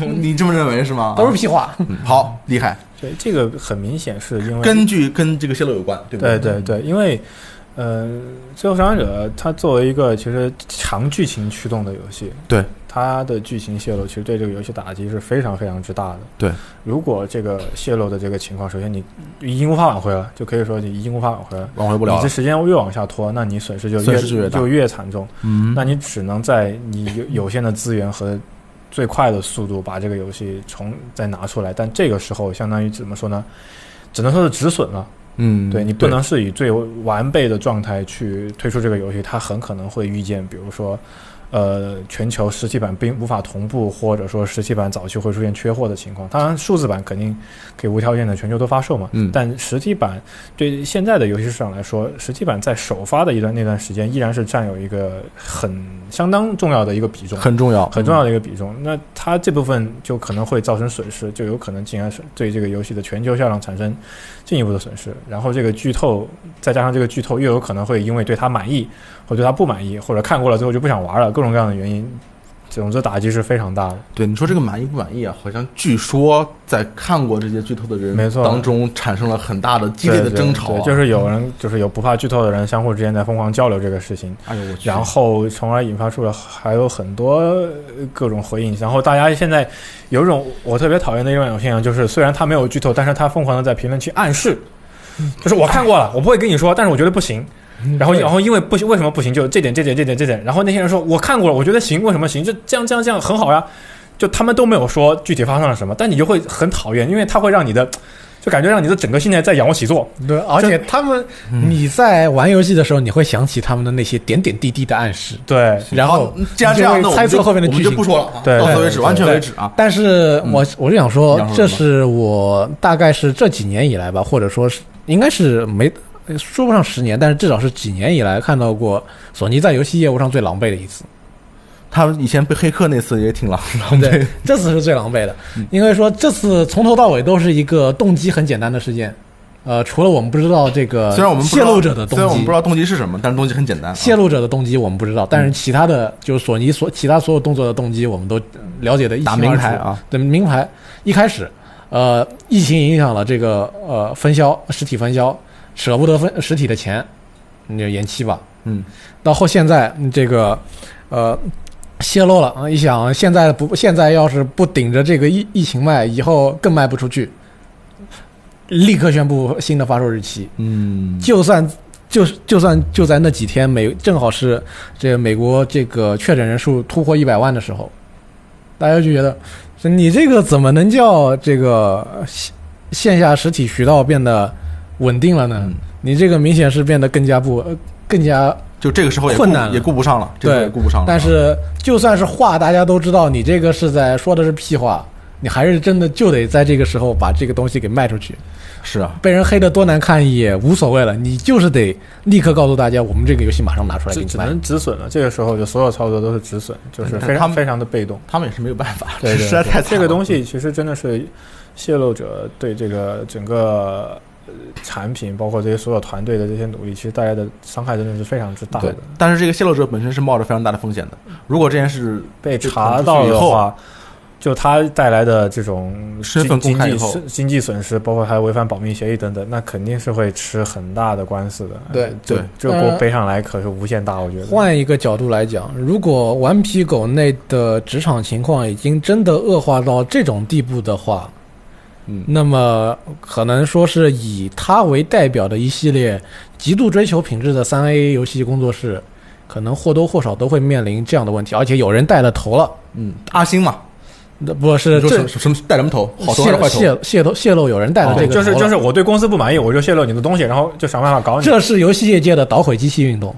你这么认为是吗？
都是屁话。
嗯好厉害，
对这个很明显是因为
根据跟这个泄露有关，对不
对
对
嗯对对，因为呃，《最后生还者》它作为一个其实长剧情驱动的游戏，
对
它的剧情泄露，其实对这个游戏打击是非常非常之大的。
对，
如果这个泄露的这个情况，首先你已经无法挽回了，就可以说你已经无法挽回了。
嗯挽回不
你
了
这
了，
时间越往下拖，那你损失就
损
越
失就越大
越惨重。
嗯
那你只能在你有有限的资源和最快的速度把这个游戏重再拿出来，但这个时候相当于怎么说呢？只能说是止损了。
嗯，
对你不能是以最完备的状态去推出这个游戏，它很可能会遇见，比如说，呃，全球实体版并无法同步，或者说实体版早期会出现缺货的情况。当然，数字版肯定可以无条件的全球都发售嘛。
嗯
但实体版对现在的游戏市场来说，实体版在首发的一段那段时间，依然是占有一个很相当重要的一个比重。
很重要，嗯
很重要的一个比重。那它这部分就可能会造成损失，就有可能进而是对这个游戏的全球销量产生进一步的损失。然后这个剧透，再加上这个剧透，又有可能会因为对它满意或者对它不满意，或者看过了之后就不想玩了，各种各样的原因。总之，打击是非常大的。
对，你说这个满意不满意啊？好像据说在看过这些剧透的人
没错
当中产生了很大的激烈的
对对
争吵、啊
对，就是有人，就是有不怕剧透的人，相互之间在疯狂交流这个事情。
哎呦我去，
然后从而引发出了还有很多呃各种回应。然后大家现在有一种我特别讨厌的一种现象，就是虽然他没有剧透，但是他疯狂的在评论区暗示，就是我看过了，我不会跟你说，但是我觉得不行。然后，
对
然后因为不行，为什么不行？就这点，这点，这点，这点。然后那些人说我看过了，我觉得行，为什么行？就这样，这样，这样很好呀。啊就他们都没有说具体发生了什么，但你就会很讨厌，因为它会让你的，就感觉让你的整个心态在仰卧起坐。
对，而且他们，你在玩游戏的时候，你会想起他们的那些点点滴滴的暗示，
对，
然后
好既然这样，那
你就
我们
会猜
就
测后面的
我们
剧
就
情
不。说了啊，
对
到此为
对
止，
对
完全为
对
止啊。
但是我、我就想说
你要，说
这
什么
是我大概是这几年以来吧，或者说是应该是没呃说不上十年，但是至少是几年以来看到过索尼在游戏业务上最狼狈的一次。
他以前被黑客那次也挺狼狼
对
狈，，
这次是最狼狈的，
嗯
因为说这次从头到尾都是一个动机很简单的事件，呃，除了我们不知道这个
虽然我们不知
呃泄
道
露者的动
虽然我们
机
不知，道动机是什么，但是动机很简单啊，嗯
泄露者的动机我们不知道，但是其他的就是索尼所其他所有动作的动机我们都了解的一
打
清
名
二
牌
楚。
啊，
对，名牌一开始，呃，疫情影响了这个呃分销实体分销，舍不得分实体的钱，你就延期吧。
嗯，
到后现在嗯这个呃泄露了啊！一想现在不现在要是不顶着这个疫疫情卖，以后更卖不出去，立刻宣布新的发售日期。
嗯，
就算就是就算就在那几天美正好是这个美国这个确诊人数突破一百万的时候，大家就觉得是你这个怎么能叫这个呃线线下实体渠道变得稳定了呢？
嗯
你这个明显是变得更加不呃更加，
就这个时候也顾
困难了
也顾不上了，这个
对
也顾不上了啊。
但是就算是话，大家都知道你这个是在说的是屁话。你还是真的就得在这个时候把这个东西给卖出去，
是啊，
被人黑的多难看也无所谓了，你就是得立刻告诉大家，我们这个游戏马上拿出来给
只
你
只
卖。
能止损了。这个时候就所有操作都是止损，就是
嗯
非
他
常
们
非常的被动。
他们也是没有办法，
对对
实在
对
太惨
这个
了
东西其实真的是泄露者对这个整个呃产品，包括这些所有团队的这些努力，其实带来的伤害真的是非常之大
对
的。，
但是这个泄露者本身是冒着非常大的风险的，如果这件事
被查到
以
的
后
话，就它带来的这种
身份
经
公开以
经济
后
损经济损失，包括还违反保密协议等等，那肯定是会吃很大的官司的。
对
呃就
对
这个锅背上来可是无限大，我觉得。
换一个角度来讲，如果顽皮狗内的职场情况已经真的恶化到这种地步的话，
嗯
那么可能说是以它为代表的一系列极度追求品质的三 A 游戏工作室，可能或多或少都会面临这样的问题，而且有人带了头了，
嗯，阿星嘛，
那不
你
是
说
呃这
什什么带什么头，好头还是坏
泄
头？
泄泄露泄露有人带了
哦
这个头
就
了，
是就是，我对公司不满意，我就泄露你的东西，然后就想办法哦搞你。嗯
这是游戏业界的捣毁机器运动。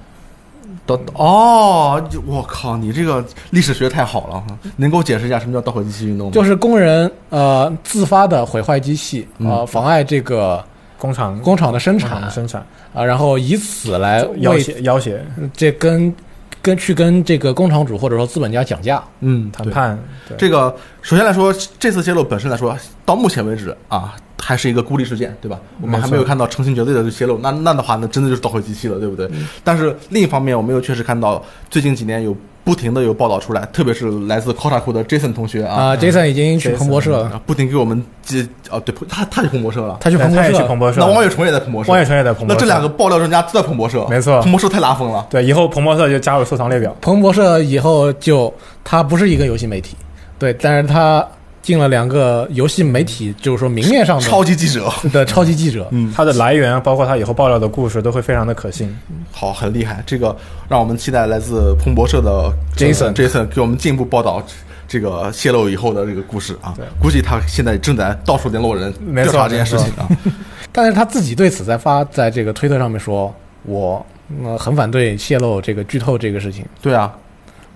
倒哦，就我靠，你这个历史学太好了哈！能给我解释一下什么叫倒回机器运动吗？
就是工人呃自发的毁坏机器，呃
嗯
妨碍这个
工厂
工厂的生
工
产
厂生产
啊，然后以此来
要
为
挟要挟
这跟跟去跟这个工厂主或者说资本家讲价，
嗯，
谈
对
判，对
这个首先来说，这次泄露本身来说，到目前为止啊，还是一个孤立事件，对吧？我们还没有看到成群结队的泄露，那那的话，那真的就是倒回机器了，对不对？但是另一方面，我们又确实看到最近几年有不停的有报道出来，特别是来自 Kotaku 的 Jason 同学啊，
啊，Jason 已
嗯
经去彭博社了，
啊不停给我们接啊，对，他他去彭博社了，
他去
对
彭博
他也去
社
彭，博社，
那王伟成也在彭博社，
汪远成也在彭
那
博社。
这两个爆料专家都在彭博社，
没错
彭博社太拉风了。
对，以后彭博社就加入收藏列表。
彭博社以后就他不是一个游戏媒体，对，但是他进了两个游戏媒体，就是说明面上的
超级记者，
的超级记 者，
嗯，
它的来源，包括它以后爆料的故事，都会非常的可信。
好，很厉害。这个让我们期待来自彭博社的
Jason
Jason 给我们进一步报道这个泄露以后的这个故事啊
对。
估计他现在正在到处联络人
没
调
错
查这件事情啊。
但是他自己对此在发在这个推特上面说，我呃很反对泄露这个剧透这个事情。
对啊，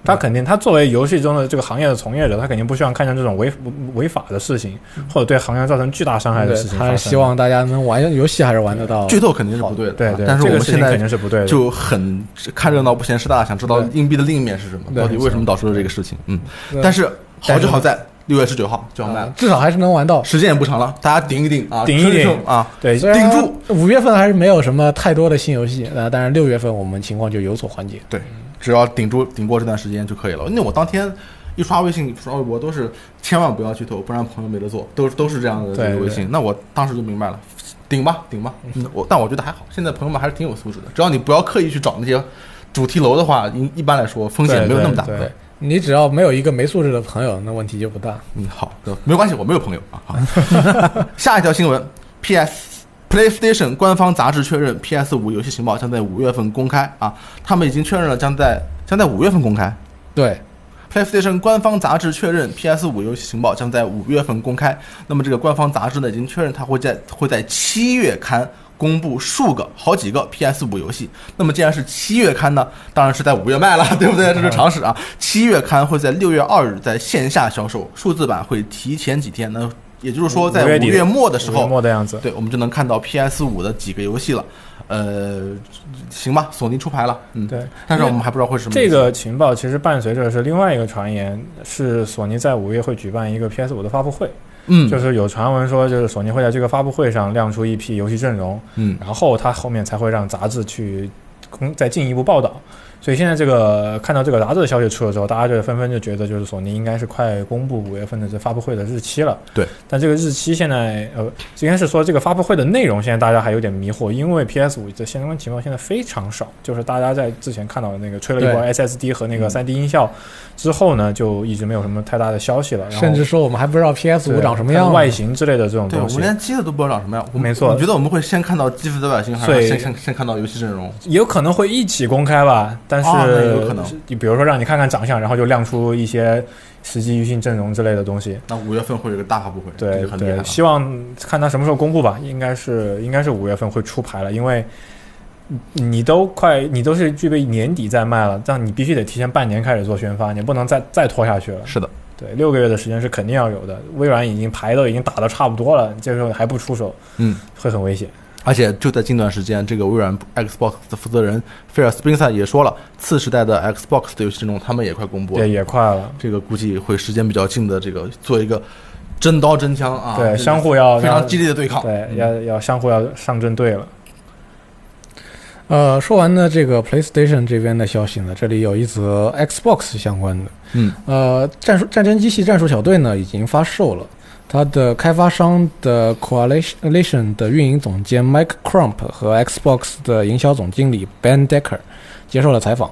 他
嗯
肯定，他作为游戏中的这个行业的从业者，他肯定不希望看见这种违违法的事情，或者对行业造成巨大伤害的
嗯对
事，情发
呃他
生。
是希望大家能玩游戏还是玩得到。
剧透肯定是不对的，啊
对对，
但是
这
我
个
们
事
现
情肯
在
定是不对的。
就很看热闹不嫌事大，想知道硬币的另一面是什么，
对
到底为什么导致了这个事情？嗯，
对
但是好
但是
就好在六月十九号就要卖
啊
了，
至少还是能玩到。
时间也不长了，大家顶一顶啊，
嗯顶一
冲
顶
冲啊。
对，
虽然
顶住！
五月份还是没有什么太多的新游戏，那当然六月份我们情况就有所缓解。
对，
嗯
只要顶住顶过这段时间就可以了。那我当天一刷微信、刷微博都是千万不要去投，不然朋友没得做，都都是这样的
对
这个微信。那我当时就明白了，顶吧，顶吧。嗯，我但我觉得还好，现在朋友们还是挺有素质的，只要你不要刻意去找那些主题楼的话，一一般来说风险没有那么大。
对对
对你只要没有一个没素质的朋友，那问题就不大。
嗯，好的，没关系，我没有朋友啊。好， 下一条新闻，PS。PlayStation 官方杂志确认，PS 五游戏情报将在五月份公开啊！他们已经确认了将在将在五月份公开，
对，
PlayStation 官方杂志确认，PS 五游戏情报将在五月份公开。那么这个官方杂志呢，已经确认它会在会在七月刊公布数个、好几个 PS 五游戏。那么既然是七月刊呢，当然是在五月卖了，对不对？这是常识啊。
嗯
七月刊会在六月二日在线下销售，数字版会提前几天。那也就是说，在
五
五
月底
月末的时
五月
候，
末的样子。
对，我们就能看到 PS 五的几个游戏了。呃，行吧，索尼出牌了，嗯，
对。
但是我们还不知道会是什么游戏。
这个情报其实伴随着是另外一个传言，是索尼在五月会举办一个 PS 五的发布会，
嗯，
就是有传闻说，就是索尼会在这个发布会上亮出一批游戏阵容，
嗯，
然后它后面才会让杂志去公再进一步报道。所以现在这个看到这个杂志的消息出了之后，大家就纷纷就觉得，就是索尼应该是快公布五月份的这发布会的日期了。
对，
但这个日期现在呃，应该是说这个发布会的内容现在大家还有点迷惑，因为 PS 五的相关情报现在非常少，就是大家在之前看到的那个吹了一波 SSD 和那个
嗯
3D 音效之后呢，就一直没有什么太大的消息了。然后
甚至说我们还不知道 PS 五
对
长什么
它
样啊
的
呢，
外形之类的这种
对，
东
我
西。
们连机子都不知道长什么样。我们
没错
你觉得我们会先看到机子的外形，还
所
是
以
先先先看到游戏阵容？
有可能会一起公开吧，
啊
但是、
那有可能
你比如说让你看看长相，然后就亮出一些实际预性阵容之类的东西。
那五月份会有一个大发布会，这
对
就很厉害
对，
了。
希望看他什么时候公布吧，应该是应该是五月份会出牌了，因为你你都快你都是具备年底再卖了，但你必须得提前半年开始做宣发，你不能再再拖下去了。
是的，
对，六个月的时间是肯定要有的。微软已经牌都已经打得差不多了，这时候还不出手，
嗯，
会很危险。
而且就在近段时间，这个微软 Xbox 的负责人菲尔·斯宾塞也说了，次时代的 Xbox 的游戏阵容他们也快公布了
对，。也快了。
这个估计会时间比较近的，这个做一个真刀真枪啊，
对，
这个
相互要
非
要嗯
常激烈的对抗。
对，要要相互要上阵队了。
呃，说完呢这个 PlayStation 这边的消息呢，这里有一则 Xbox 相关的，
嗯，
呃，战术战争机器战术小队呢已经发售了，它的开发商的 Coalition 的运营总监 Mike Crump 和 Xbox 的营销总经理 Ben Decker 接受了采访，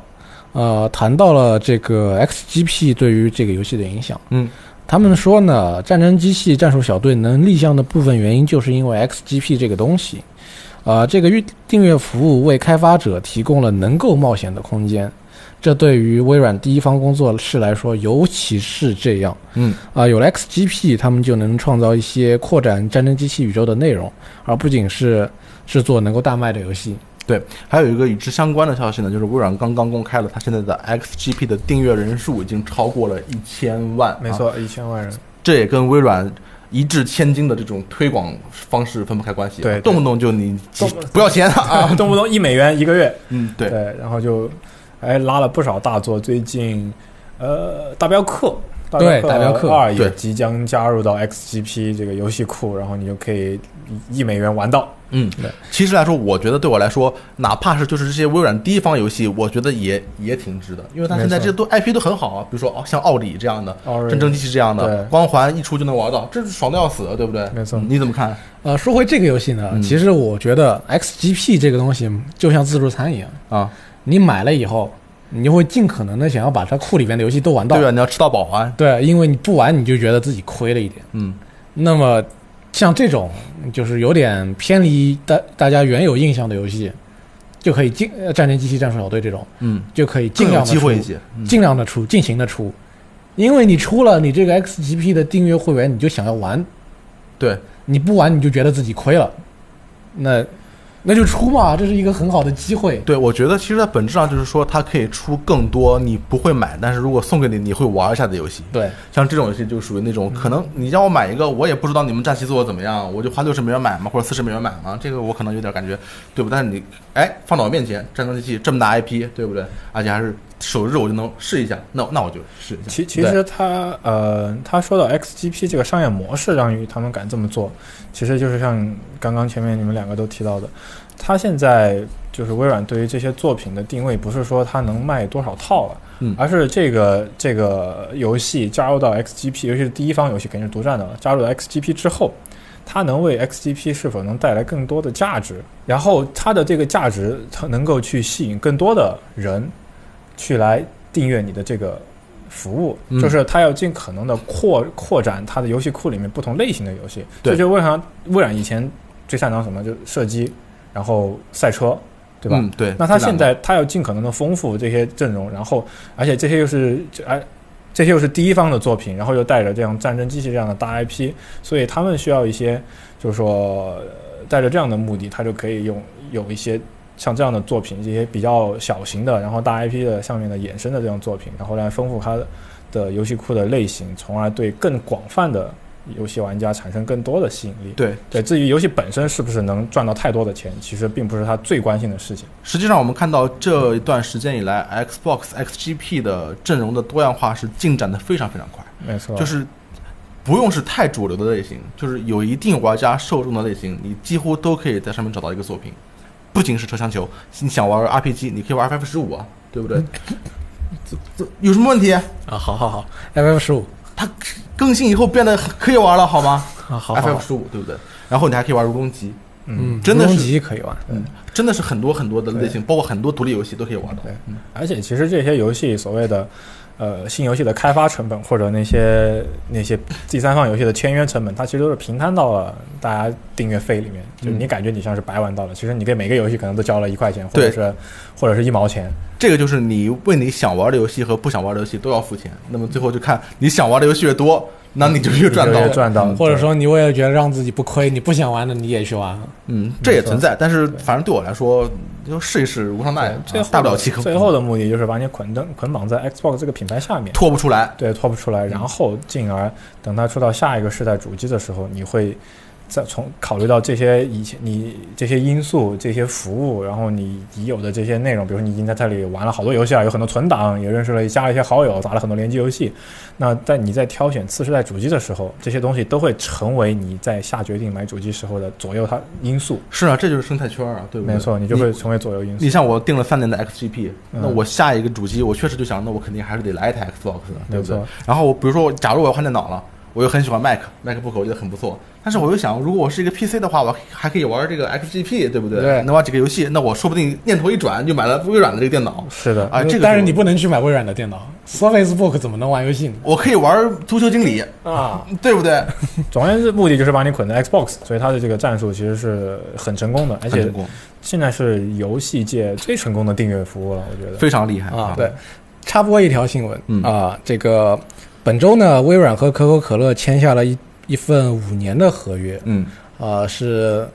呃，谈到了这个 XGP 对于这个游戏的影响。
嗯，
他们说呢，战争机器战术小队能立项的部分原因，就是因为 XGP 这个东西。呃，这个预订阅服务为开发者提供了能够冒险的空间，这对于微软第一方工作室来说，尤其是这样。
嗯
啊、有了 XGP，他们就能创造一些扩展战争机器宇宙的内容，而不仅是制作能够大卖的游戏。
对，还有一个与之相关的消息呢，就是微软刚刚公开了它现在的 XGP 的订阅人数已经超过了一千万、啊
没，错，一千万人，
这也跟微软一掷千金的这种推广方式分不开关系啊，
对对
动不动就你几
动
不要钱啊，
动不动一美元一个月，
嗯，对，
对，然后就哎拉了不少大作，最近呃大镖客。
对大镖客
二也
对
即将加入到 XGP 这个游戏库，然后你就可以一一美元玩到。
嗯
对，
其实来说，我觉得对我来说，哪怕是就是这些微软第一方游戏，我觉得也也挺值的，因为它现在
没
这
错
些都 IP 都很好啊，比如说哦，像奥里这样的。
Ori
战争机器这样的
对
光环一出就能玩到，这是爽的要死，啊对不对？
没错
你怎么看？
呃，说回这个游戏呢，
嗯
其实我觉得 XGP 这个东西就像自助餐一样，
啊，
你买了以后，你就会尽可能的想要把它库里边的游戏都玩到。
对啊，你要吃到饱啊。
对，因为你不玩你就觉得自己亏了一点。
嗯，
那么像这种就是有点偏离大大家原有印象的游戏，就可以尽呃战争机器、战术小队这种
嗯，
就可以尽
更有
量地
机会一
出
些。嗯
尽量的出，尽情的出。因为你出了你这个 XGP 的订阅会员，你就想要玩，
对，
你不玩你就觉得自己亏了，那那就出嘛，这是一个很好的机会。
对，我觉得其实它本质上就是说，它可以出更多你不会买，但是如果送给你，你会玩一下的游戏。
对，
像这种游戏就属于那
嗯
种，可能你让我买一个，我也不知道你们战旗做的怎么样，我就花六十美元买嘛，或者四十美元买嘛，这个我可能有点感觉，对不？但是你，哎，放到我面前，战争机器这么大 IP，对不对？而且还是首日我就能试一下，那那我就试一下。
其其实他呃，他说到 XGP 这个商业模式，让于他们敢这么做，其实就是像刚刚前面你们两个都提到的，他现在就是微软对于这些作品的定位，不是说它能卖多少套了，
嗯
而是这个这个游戏加入到 XGP，尤其是第一方游戏肯定是独占的了，加入到 XGP 之后。它能为 XGP 是否能带来更多的价值，然后它的这个价值，它能够去吸引更多的人去来订阅你的这个服务，
嗯
就是它要尽可能的扩扩展它的游戏库里面不同类型的游戏。
对
这就是为啥微软以前最擅长什么，就是射击，然后赛车，对吧？
嗯，对。
那他
这两
现
个
在他要尽可能的丰富这些阵容，然后而且这些又是哎，这些又是第一方的作品，然后又带着这样战争机器这样的大 IP，所以他们需要一些就是说呃带着这样的目的，他就可以用有一些像这样的作品，一些比较小型的，然后大 IP 的上面的衍生的这种作品，然后来丰富它的的游戏库的类型，从而对更广泛的游戏玩家产生更多的吸引力。
对
对，至于游戏本身是不是能赚到太多的钱，其实并不是他最关心的事情。
实际上，我们看到这一段时间以来，Xbox XGP 的阵容的多样化是进展的非常非常快，
没错，
就是不用是太主流的类型，就是有一定玩家受众的类型，你几乎都可以在上面找到一个作品。不仅是车厢球，你想玩 RPG，你可以玩 FF 十五啊，对不对？这这有什么问题？
啊，好好好，FF 十五
更新以后变得可以玩了，好吗
啊，好好
？FF
好，
十五对不对？然后你还可以玩如龙级，
嗯，
真的
无
是嗯
龙级可以玩，
真的是很多很多的类型，包括很多独立游戏都可以玩到。
对，而且其实这些游戏所谓的呃新游戏的开发成本或者那些那些第三方游戏的签约成本，它其实都是平摊到了大家订阅费里面。就
嗯
你感觉你像是白玩到了，其实你给每个游戏可能都交了一块钱，或者是或者是一毛钱。
这个就是你为你想玩的游戏和不想玩的游戏都要付钱，那么最后就看你想玩的游戏越多，那你就越赚到
你就
了。嗯
越赚到，
或者说你为了觉得让自己不亏，你不想玩的你也去玩。
嗯，这也存在，但是反正对我来说，就试一试无伤大雅，啊
最后的
大不了弃坑，
最后的目的就是把你捆登捆绑在 Xbox 这个品牌下面。
拖不出来。嗯
对，拖不出来，然后进而等它出到下一个世代主机的时候，你会再从考虑到这些以前你这些因素、这些服务，然后你已有的这些内容，比如说你已经在这里玩了好多游戏啊了，有很多存档，也认识了加了一些好友，打了很多联机游戏。那在你在挑选次世代主机的时候，这些东西都会成为你在下决定买主机时候的左右它因素。
是啊，这就是生态圈啊，对不对？
没错，你就会成为左右因素
你。。你像我定了三年的 XGP，、
嗯
那我下一个主机，我确实就想，那我肯定还是得来一台 Xbox，对
没
不对
错？
然后我比如说，假如我要换电脑了，我又很喜欢 Mac，MacBook 我觉得很不错，但是我又想，如果我是一个 PC 的话，我还可以玩这个 XGP，对不对？
对
能玩几个游戏，那我说不定念头一转就买了微软的这个电脑。
呃是的，
啊，这个
但
就
是呃你不能去买微软的电脑，Surface Book 怎么能玩游戏呢？
我可以玩足球经理，
啊，
对不对？
总而言之，目的就是把你捆在 Xbox，所以它的这个战术其实是很成功的，而
很
且
成功
现在是游戏界最成功的订阅服务了，我觉得。
非常厉害
啊，对，插播一条新闻啊、
嗯
这个本周呢，微软和可口可乐签下了一一份五年的合约
嗯，
啊、是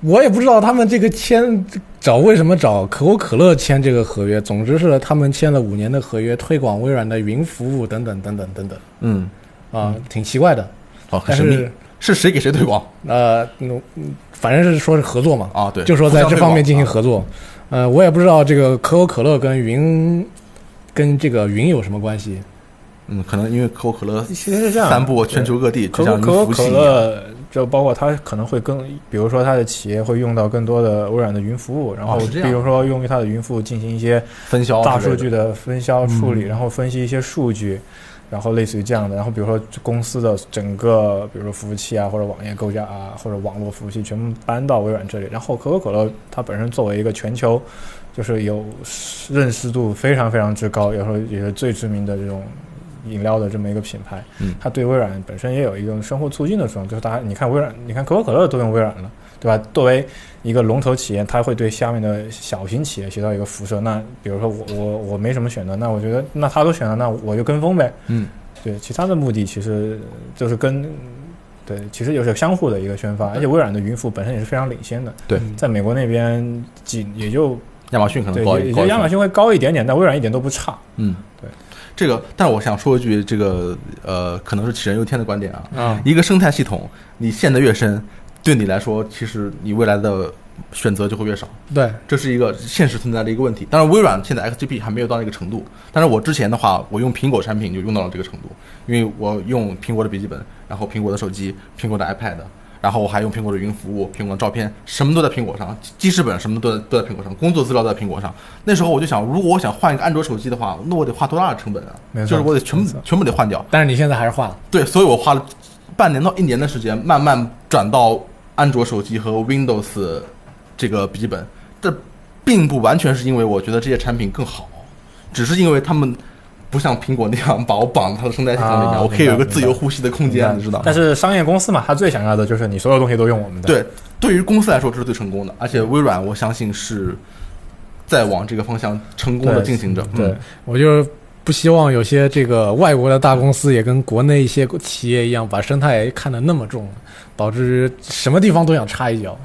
我也不知道他们这个签找为什么找可口可乐签这个合约，总之是他们签了五年的合约，推广微软的云服务等等等等等等
嗯，
啊、挺奇怪的，
好，很
但
神秘
是。
是谁给谁推广
呃，嗯嗯反正是说是合作嘛，
啊？对，
就说在这方面进行
互相推广啊
合作。呃，我也不知道这个可口可乐跟云跟这个云有什么关系。
嗯，可能因为可口可乐
其实是这样，
散布全球各地，
可
就像
口
你
可口
们福气
可
一样。
乐，就包括它可能会更，比如说它的企业会用到更多的微软的云服务，然后
哦是这
比
样
如说用于它的云服务进行一些
分销
大
之类的
数据的分销处理，
嗯
然后分析一些数据，然后类似于这样的，然后比如说公司的整个，比如说服务器啊，或者网页构架啊，或者网络服务器全部搬到微软这里，然后可口可乐它本身作为一个全球。就是有认识度非常非常之高，有时候也是最知名的这种饮料的这么一个品牌，
嗯
它对微软本身也有一种生活促进的作用，就是大家你看微软，你看可口可乐都用微软了，对吧？作为一个龙头企业，它会对下面的小型企业起到一个辐射。那比如说我我我没什么选择，那我觉得那他都选了，那我就跟风呗。
嗯，
对，其他的目的其实就是跟。对，其实有是相互的一个宣发，而且微软的云服务本身也是非常领先的。
对
在美国那边仅也就
亚马逊可能
对，
高
也
一
也
高
就
一
亚马
分
逊会高一点点，但微软一点都不差。
嗯，
对。
这个，但是我想说一句，这个呃，可能是杞人忧天的观点啊。
啊，
一个生态系统，你陷得越深，对你来说，其实你未来的选择就会越少。
对，
这是一个现实存在的一个问题。当然，微软现在 XGP 还没有到那个程度，但是我之前的话，我用苹果产品就用到了这个程度，因为我用苹果的笔记本，然后苹果的手机，苹果的 iPad。然后我还用苹果的云服务、苹果的照片，什么都在苹果上，记事本什么都在都在苹果上，工作资料都在苹果上。那时候我就想，如果我想换一个安卓手机的话，那我得花多大的成本啊
没？错
就是我得全部
没错
全部得换掉。
但是你现在还是换了，
对，所以我花了半年到一年的时间，慢慢转到安卓手机和 Windows 这个笔记本。这并不完全是因为我觉得这些产品更好，只是因为他们不像苹果那样把我绑到它的生态系统里面，
啊
我可以有一个
明白
自由呼吸的空间，你知道吗？
但是商业公司嘛，他最想要的就是你所有东西都用我们的。，
对，对于公司来说这是最成功的，而且微软我相信是在往这个方向成功的
对
进行着。
对
嗯，
我就是不希望有些这个外国的大公司也跟国内一些企业一样，把生态看得那么重，导致什么地方都想插一脚。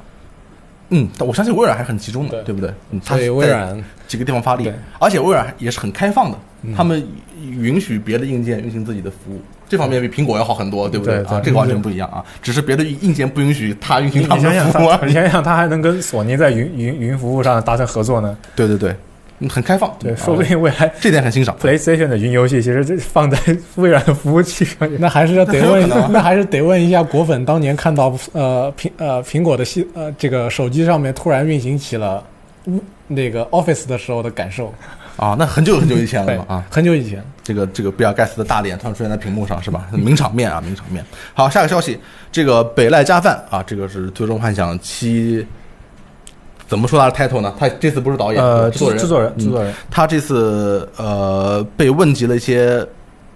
嗯，但我相信微软还是很集中的，
对
对不对？嗯，它
所以
是
微
在
软
几个地方发力
对，
而且微软也是很开放的，
嗯
他们允许别的硬件运行自己的服务，这方面比苹果要好很多，对不
对对
啊，这个完全不一样啊，只是别的硬件不允许它运
你
行它们
想
的
想
服务啊
他，
而
你
已。
想想他还能跟索尼在云云云服务上达成合作呢？
对对对，嗯很开放，
对，
啊
说不定未来
这点很欣赏。
PlayStation 的云游戏其实这放在微软的服务器上也。
那还是要得
很有
问
可能啊，
那还是得问一下果粉，当年看到呃苹呃苹果的系呃这个手机上面突然运行起了嗯那个 Office 的时候的感受。
啊，那很久很久以前了
对
嘛啊，
很久以前，
这个这个比尔盖茨的大脸突然出现在屏幕上是吧？名场面啊，名场面。好，下个消息，这个北濑加饭啊，这个是《最终幻想七》，怎么说他的 title 呢？他这次不是导演，
呃，
制作人，
制作人，
嗯
制作人，
他这次呃被问及了一些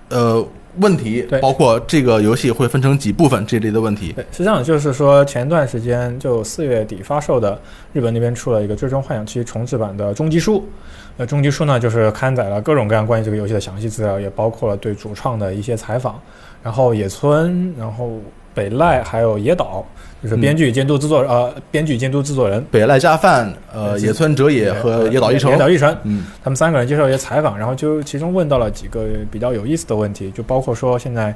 呃问题
对，
包括这个游戏会分成几部分这类的问题。
对，是这样的，就是说前段时间就四月底发售的日本那边出了一个《最终幻想七》重置版的终极书，呃，终极书呢就是刊载了各种各样关于这个游戏的详细资料，也包括了对主创的一些采访，然后野村，然后北濑还有野岛，就是编剧监督制作、呃，编剧监督制作人。
北濑加饭、呃
对
野村哲也和野岛一成
野，岛一成，
嗯
他们三个人接受一些采访，然后就其中问到了几个比较有意思的问题，就包括说现在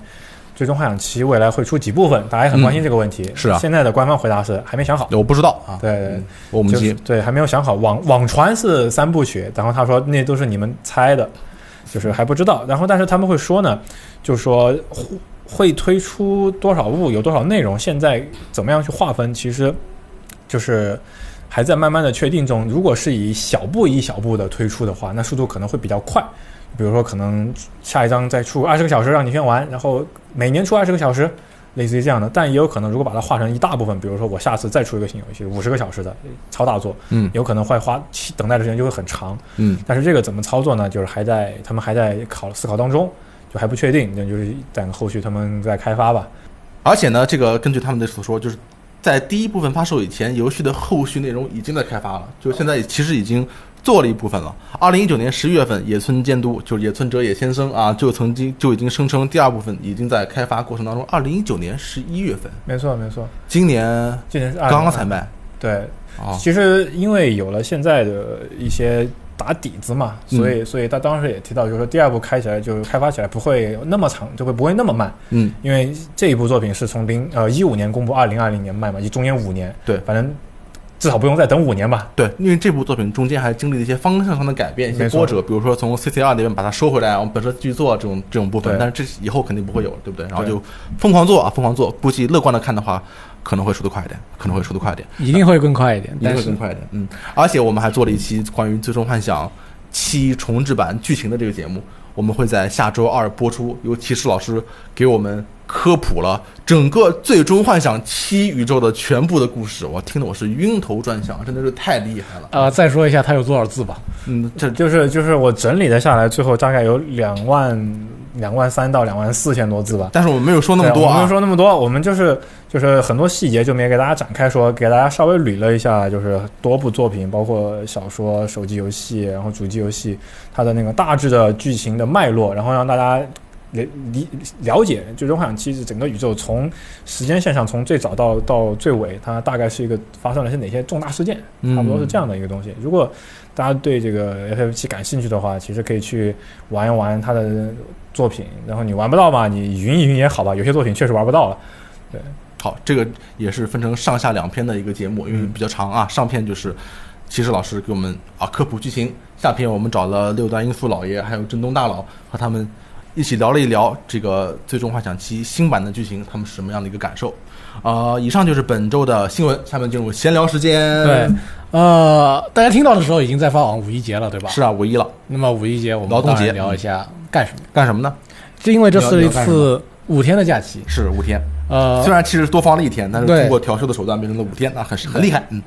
最终幻想七》未来会出几部分，大家也很关心这个问题。
是啊
现在的官方回答是还没想好。
我不知道啊，
对对，
我们
就是
机
对还没有想好。网网传是三部曲，然后他说那都是你们猜的，就是还不知道。然后但是他们会说呢，就说会会推出多少部，有多少内容，现在怎么样去划分，其实就是。还在慢慢的确定中。如果是以小步一小步的推出的话，那速度可能会比较快。比如说，可能下一章再出二十个小时让你先玩，然后每年出二十个小时，类似于这样的。但也有可能，如果把它划成一大部分，比如说我下次再出一个新游戏，五十个小时的超大作，
嗯
有可能会花期等待的时间就会很长。
嗯
但是这个怎么操作呢？就是还在他们还在考思考当中，就还不确定，那就是等后续他们再开发吧。
而且呢，这个根据他们的所说，就是在第一部分发售以前，游戏的后续内容已经在开发了，就现在其实已经做了一部分了。二零一九年十月份，野村监督就是野村哲也先生啊，就曾经就已经声称第二部分已经在开发过程当中。二零一九年十一月份，
没错，没错，
今年
今年是2022
刚刚才卖
对，
啊，
其实因为有了现在的一些打底子嘛，
嗯
所以、所以他当时也提到，就是说第二部开起来就是开发起来不会那么长，就会不会那么慢，
嗯，
因为这一部作品是从零呃一五年公布，二零二零年卖嘛，就中间五年，
对
反正至少不用再等五年吧。
对，因为这部作品中间还经历了一些方向上的改变，一些
没错
波折，比如说从 CCR 那边把它收回来，我们本身继续做这种这种部分，
对
但是这以后肯定不会有了，对不对？然后
对
就疯狂做啊，疯狂做，估计乐观的看的话，可能会出的快一点，可能会出的快一点，
一定会更快一点，
一定
但
会
是
更快一点。嗯，而且我们还做了一期关于《最终幻想七重置版》剧情的这个节目，我们会在下周二播出，由骑士老师给我们科普了整个《最终幻想七》宇宙的全部的故事，我听得我是晕头转向，真的是太厉害了。
呃，再说一下它有多少字吧。
嗯，这
就是就是我整理了下来，最后大概有两万两万三到两万四千多字吧。
但是我们没有说那么
对
多
我们
啊
没。说那么多，我们就是就是很多细节就没给大家展开说，给大家稍微捋了一下，就是多部作品，包括小说、手机游戏，然后主机游戏，它的那个大致的剧情的脉络，然后让大家了理了解《最终幻想七》整个宇宙从时间线上从最早到到最尾，它大概是一个发生了些哪些重大事件，
嗯
差不多是这样的一个东西。如果大家对这个 FF 七感兴趣的话，其实可以去玩一玩它的作品，然后你玩不到嘛，你云一云也好吧，有些作品确实玩不到了。
好，这个也是分成上下两篇的一个节目，因为比较长啊。上篇就是骑士老师给我们啊科普剧情，下篇我们找了六段音素老爷还有振东大佬和他们一起聊了一聊这个《最终幻想七》新版的剧情，他们是什么样的一个感受。啊、以上就是本周的新闻，下面进入闲聊时间。
对，，呃，大家听到的时候已经在发往五一节了，对吧？
是。啊，五一了，
那么五一节我
劳
们
动
当然
节
聊一下干什么？
干什么呢？
就因为这
你要
是
你
一
要干什
次五天的假期，
是五天，
呃，
虽然其实多放了一天，但是
对
通过调休的手段变成了五天，啊，很很厉害。嗯，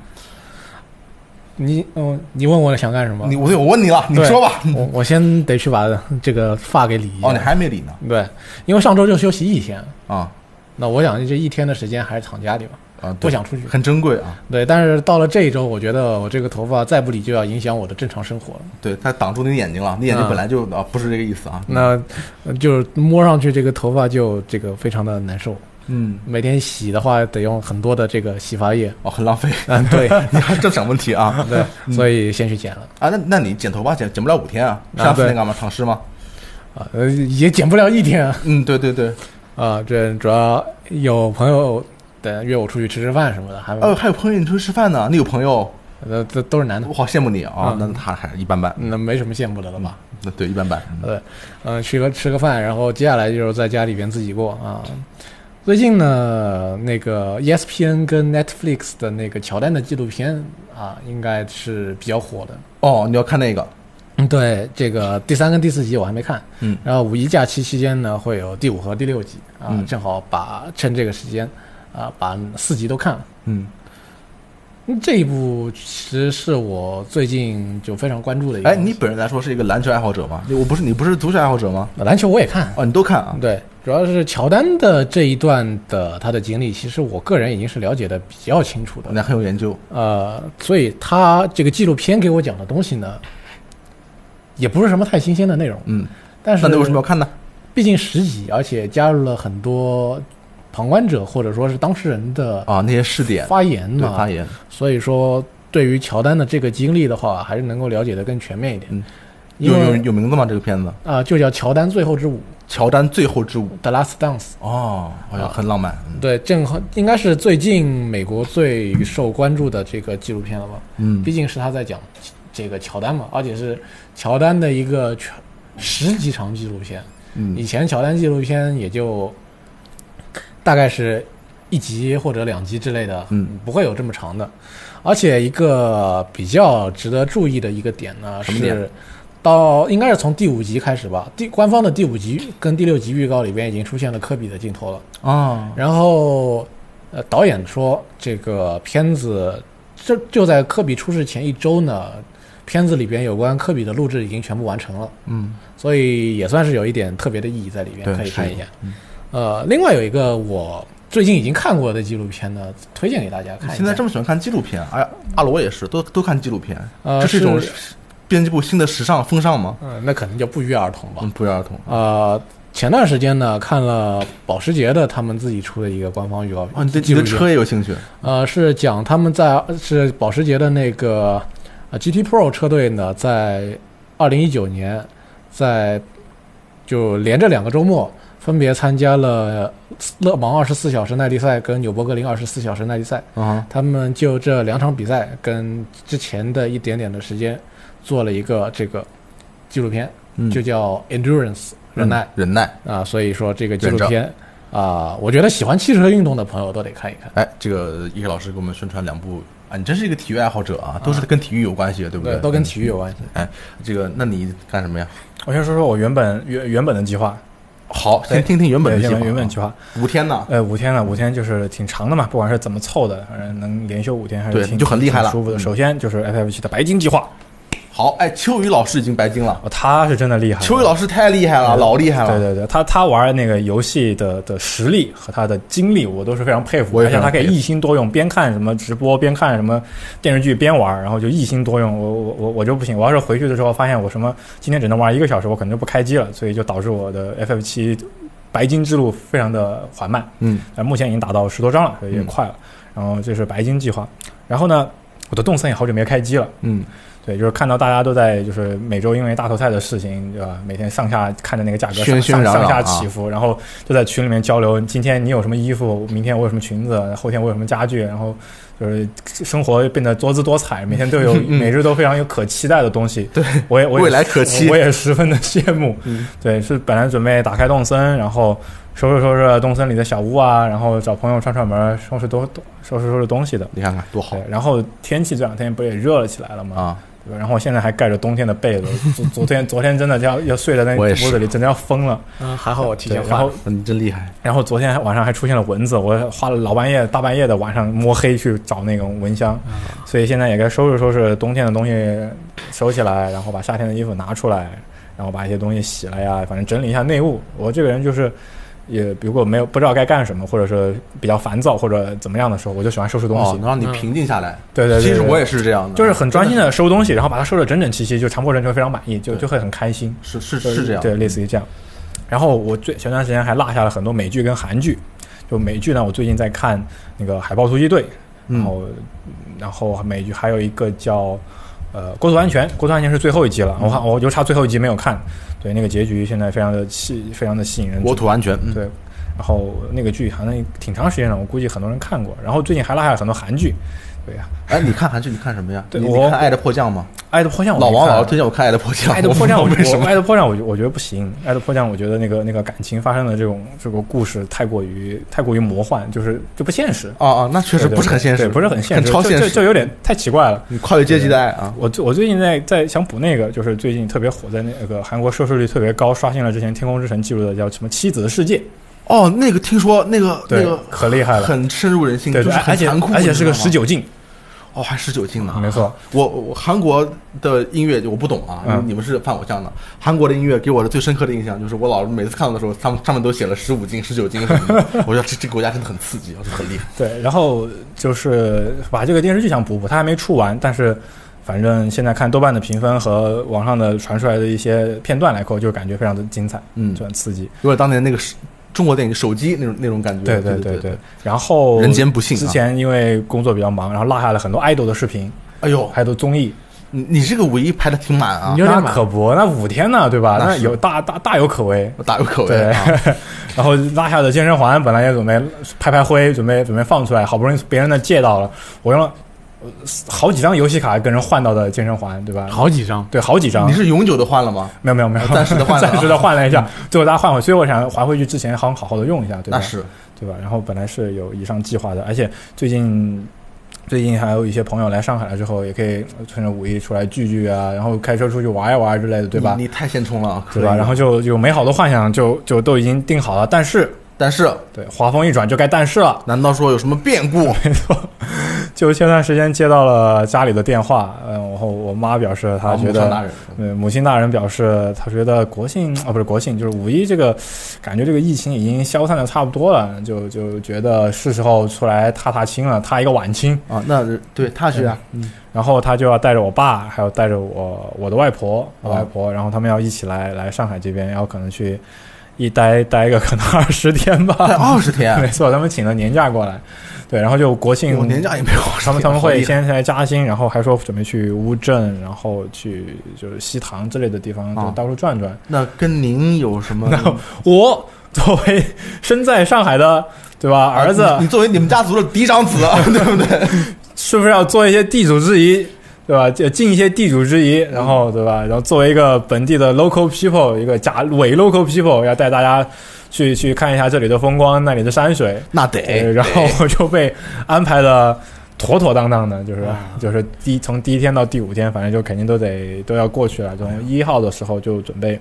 你嗯，你问我想干什么？
你我我问你了，你
对
说吧。
我我先得去把这个发给理一下。
哦，你还没理呢
对，因为上周就休息一天，
啊
那我想这一天的时间还是躺家里吧，
啊！
不
对
想出去。
很珍贵啊，
对，但是到了这一周，我觉得我这个头发再不理就要影响我的正常生活了。
对它挡住你眼睛了，你眼睛
嗯
本来就啊不是这个意思啊。
那呃就是摸上去这个头发就这个非常的难受，
嗯
每天洗的话得用很多的这个洗发液。
哦，很浪费，
嗯，对
你还正想问题啊
对，所以先去剪了
啊！那那你剪头发剪剪不了五天啊？
啊
上次
对
那个嘛，躺尸吗？
啊，呃也剪不了一天啊
嗯，对对对。
啊。这主要有朋友的约我出去吃吃饭什么的，还
哦，还有朋友你出去吃饭呢，你有朋友，
呃这都是男的
我，好羡慕你啊！那
嗯
他还一般般，
那没什么羡慕的了吧？
那对一般般。嗯
对，嗯、去个吃个饭，然后接下来就是在家里边自己过啊。最近呢，那个 E ESPN 跟 Netflix 的那个乔丹的纪录片啊，应该是比较火的。
哦，你要看那个，
嗯，对，这个第三跟第四集我还没看，
嗯
然后五一假期期间呢，会有第五和第六集啊，
嗯
正好把趁这个时间啊，把四集都看了。
嗯，
嗯这一部其实是我最近就非常关注的一个。
哎，你本人来说是一个篮球爱好者吗？你我不是，你不是足球爱好者吗？
篮球我也看，
哦，你都看啊？
对，主要是乔丹的这一段的他的经历，其实我个人已经是了解的比较清楚的
你
了。
很有研究。
呃，所以他这个纪录片给我讲的东西呢，也不是什么太新鲜的内容。
嗯，
但是
那你为什么要看呢？
毕竟十集，而且加入了很多旁观者或者说是当事人的
啊，那些试点，
发言
对
嘛，
发言。
所以说对于乔丹的这个经历的话，还是能够了解的更全面一点。
嗯
因
有有
为
有名字吗？这个片子《
啊、就叫《乔丹最后之舞
乔丹最后之舞》
（The Last Dance）。
哦，好像
啊
很浪漫。嗯
对，正好应该是最近美国最受关注的这个纪录片了吧？
嗯
毕竟是他在讲这个乔丹嘛，而且是乔丹的一个全十几场纪录片。以
嗯
前乔丹纪录片也就大概是一集或者两集之类的，
嗯，
不会有这么长的。而且一个比较值得注意的一个点呢
什么点
是。到应该是从第五集开始吧，第官方的第五集跟第六集预告里边已经出现了科比的镜头了。
啊，
然后，呃，导演说这个片子这就在科比出事前一周呢，片子里边有关科比的录制已经全部完成了，
嗯
所以也算是有一点特别的意义在里边
对，
可以
是嗯
看
有
一眼。呃，另外有一个我最近已经看过的纪录片呢，推荐给大家看一下。
现在这么喜欢看纪录片，哎，阿罗也是，都都看纪录片，
呃
这是一种
是
编辑部新的时尚风尚吗？
嗯、那可能就不约而同吧。
嗯，不约而同
呃，前段时间呢，看了保时捷的他们自己出的一个官方预告
啊，你对
哦纪
你
录
对
片
车也有兴趣？
呃，是讲他们在是保时捷的那个呃 GT Pro 车队呢，在二零一九年在就连着两个周末分别参加了勒芒二十四小时耐力赛跟纽博格林二十四小时耐力赛，
啊，
他们就这两场比赛跟之前的一点点的时间做了一个这个纪录片，
嗯
就叫 Endurance 忍耐
嗯忍耐。
啊、所以说这个纪录
忍着
片啊、我觉得喜欢汽车运动的朋友都得看一看。
哎，这个叶老师给我们宣传两部啊，你真是一个体育爱好者啊，都是跟体育有关系的，对不
对，
对？
都跟体育有关系。
哎，这个，那你干什么呀？
我先说说我原本原原本的计划，
好，
对
先听听原本的
对
计
原
划啊。
本原本计划，
五天呢？
呃，五天了，五天就是挺长的嘛，不管是怎么凑的，反正能连休五天还是
对
挺
就很厉害了
挺舒服的。
嗯
首先就是 FF 七的白金计划，
好，哎，秋雨老师已经白金了，
哦，他是真的厉害了，
秋雨老师太厉害了，老厉害了。
对对对，他他玩那个游戏的的实力和他的精力，我都是非常佩服。
我也
而
非
且
常
他可以
佩服
一心多用，边看什么直播，边看什么电视剧，边玩，然后就一心多用。我我我我就不行，我要是回去的时候发现我什么今天只能玩一个小时，我可能就不开机了，所以就导致我的 FF 七白金之路非常的缓慢。
嗯，
呃，目前已经打到十多张了，所以也
嗯
快了。然后这是白金计划，然后呢，我的动森也好久没开机了。
嗯
对，就是看到大家都在就是每周因为大头菜的事情，对吧？每天上下看着那个价格
喧喧
上上
嚷嚷
上
啊
下起伏，然后都在群里面交流，今天你有什么衣服，明天我有什么裙子，后天我有什么家具，然后就是生活变得多姿多彩，每天都有，每日都非常有可期待的东西。对，我也我也
嗯未来可期嗯
我也十分的羡慕。 对，是本来准备打开动森，然后收拾收拾动森里的小屋啊，然后找朋友串串门儿，收拾多收拾收拾东西的。
你看看多好
对，然后天气这两天不也热了起来了吗？
啊！
对吧？然后我现在还盖着冬天的被子， 昨昨天昨天真的要要睡在那
我
屋
也是
子里，真的要疯了。
嗯，还好我提
对，
前
然
换
后
了。
你真厉害，
然后昨天晚上还出现了蚊子，我花了老半夜大半夜的晚上摸黑去找那种蚊香，所以现在也该收拾收拾冬天的东西收起来，然后把夏天的衣服拿出来，然后把一些东西洗了呀，反正整理一下内务。我这个人就是。也如果没有不知道该干什么，或者是比较烦躁或者怎么样的时候，我就喜欢收拾东西。
哦，能让你平静下来。
嗯对对对对
其实我也是这样的，
就是很专心的收东西，然后把它收的整整齐齐，就强迫症就会非常满意，就
对
就会很开心，
是是是这样，
对，类似于这样。然后我最前段时间还落下了很多美剧跟韩剧，就美剧呢，我最近在看那个《海豹突击队》，然
嗯
后、然后美剧还有一个叫呃《国土安全》，《国土安全》是最后一集
嗯
了，我看我就差最后一集没有看，对，那个结局现在非常的吸，非常的吸引人，
国土安全，嗯
对，然后那个剧好像挺长时间了，我估计很多人看过。然后最近还落下了很多韩剧，对呀、
哎，你看韩剧，你看什么呀？
对
你你
我
看《爱的迫降》吗？
爱的迫降》，
老王老是推荐我看《爱的迫降》，
爱的迫降，
我
我
不知道为什
我
么？
爱的迫降，我觉我觉得不行。爱的迫降，我觉得那个那个感情发生的这种这个故事太过于太过于魔幻，就是就不现实，
哦哦，那确实
对对
不是很现实，
对不是很现实，
很超
就
现
就就
实，
有点太奇怪了。
你跨越阶级的爱啊！
我最我最近在在想补那个，就是最近特别火，在那个韩国收视率特别高，刷新了之前《天空之城》记录的叫什么《妻子的世界》，
哦，那个听说那个那
对
个
可厉害了
很深入人心，
对
就是
对，
很
而且
残酷，
而且是个
你知道吗
十九禁，
哦，还十九禁呢，
没错。
我我韩国的音乐我不懂啊，
嗯
你们是犯偶像的。韩国的音乐给我的最深刻的印象就是，我老是每次看到的时候，他们上面都写了十五斤、十九斤什么的。我觉得这这个国家真的很刺激，我说很厉害。
对，然后就是把这个电视剧想补补，它还没出完，但是反正现在看豆瓣的评分和网上的传出来的一些片段来看，就感觉非常的精彩，
嗯
就很刺激。
有点当年那个是中国电影手机那种那种感觉。
对
对
对对
对，
然后
人间不幸啊
之前因为工作比较忙，然后落下了很多爱豆的视频，
哎呦，
还有综艺。
你你这个五一排的挺满啊
你，就
那
是嘛
可不，那五天呢，对吧？
那
那
是
有大大大有可为。
我大有可为
对
啊。，
然后拉下的健身环本来也准备拍拍灰，准备准备放出来，好不容易别人的借到了，我用了呃好几张游戏卡跟人换到的健身环，对吧？
好几张，
对，好几张
你。是永久的换了吗？
没有没有没有，
暂时地换了啊
暂时的换了一下，最后大家换回，所以我想还回去之前好好好的用一下，对吧？
那是
对吧？然后本来是有以上计划的，而且最近最近还有一些朋友来上海了之后，也可以趁着五一出来聚聚啊，然后开车出去玩一玩之类的，对吧
你？你太现充了，
对
可
吧？
以
然后就有美好的幻想就就都已经定好了，但是
但是
对，话锋一转就该但是了。
难道说有什么变故？
没错， 就前段时间接到了家里的电话，嗯，然后我妈表示她
啊
觉
母
得
上大人
对，母亲大人表示，她觉得国庆啊，不是国庆，就是五一这个，感觉这个疫情已经消散的差不多了，就就觉得是时候出来踏踏青了，踏一个晚清。
啊，那对他去啊，
然后她就要带着我爸，还有带着我我的外婆，我外婆，然后他们要一起来来上海这边，然后可能去一待待个可能二十天
才
吧。
二十天
没，错，他们请了年假过来，对，然后就国庆
我年假也没有20天，
他们他们
好
会
厉害
先来嘉兴，然后还说准备去乌镇，然后去就是西塘之类的地方，
啊
就到处转转。
那跟您有什么？啊
我作为 身在上海的，对吧，儿子
啊你，你作为你们家族的嫡 长子，对不对？
是不是要做一些地主之谊，对吧？就尽一些地主之
嗯
谊，然后对吧？然后作为一个本地的 local people，一个假伪 local people，要带大家去去看一下这里的风光，那里的山水。
那
对，
得，
然后我就被安排的妥妥当当的，就是就是第一从第一天到第五天，反正就肯定都得都要过去了。从一号的时候就准备。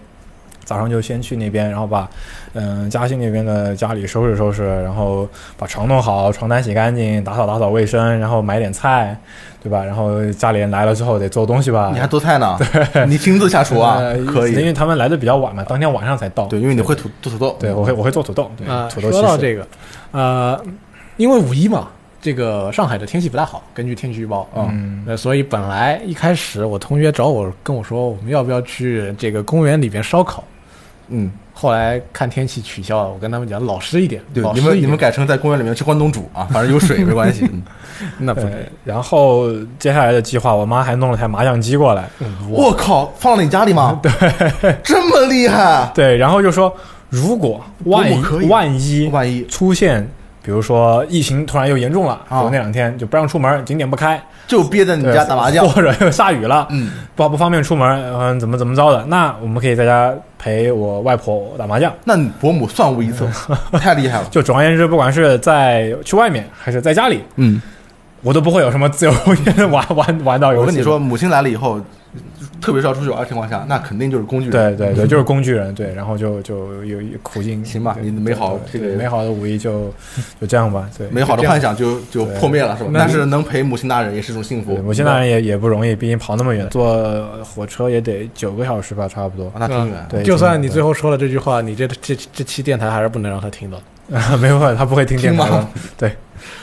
早上就先去那边，然后把，嗯，嘉兴那边的家里收拾收拾，然后把床弄好，床单洗干净，打扫打扫卫生，然后买点菜，对吧？然后家里人来了之后得做东西吧。
你还做菜 呢？你亲自下厨啊
呃？
可
因
以
为，他们来的比较晚嘛，当天晚上才到。
对，因为你会土做土豆，
对，我会我会做土豆，对，
啊，
土豆
说到
骑士
这个，呃，因为五一嘛，这个上海的天气不大好，根据天气预报啊，
嗯
那所以本来一开始我同学找我跟我说，我们要不要去这个公园里边烧烤？
嗯，
后来看天气取消了，我跟他们讲老实一点，
对，
老
你
实
们
一
你们改
点
成在公园里面吃关东煮啊，反正有水没关系。 嗯
那不
对，然后接下来的计划，我妈还弄了台麻将机过来，
我靠，放了你家里 吗？对，这么厉害，
对，然后就说如果万
我可以
一万一
万一
出现，比如说疫情突然又严重了，比
啊
如那两天就不让出门，景点不开，
就憋在你
对
家打麻将，
或者又下雨了，
嗯，
不不方便出门，嗯，怎么怎么着的，那我们可以在家陪我外婆打麻将。
那你伯母算无一策， 太厉害了。
就总而言之，不管是在去外面还是在家里，
嗯，
我都不会有什么自由空间 玩玩玩到游戏。
我跟你说，，母亲来了以后，特别是要出去玩的情况下，那肯定就是工具人。
对对对，就是工具人，对，然后就就有有苦 尽
行吧
对
你的美好
对
这个
对美好的五一 就就这样吧，对，
美好的幻想就就
对
破灭了，是吧？
那
但是能陪母亲大人也是一种幸
对。
福。
我现在也也不容易，毕竟跑那么远，坐火车也得九个小时吧，差不多
啊。那挺远，
对，
就算你
对
最后说了这句话，你这这这期电台还是不能让他听到。啊
没办法，他不会听电台
听
的
吗，
对，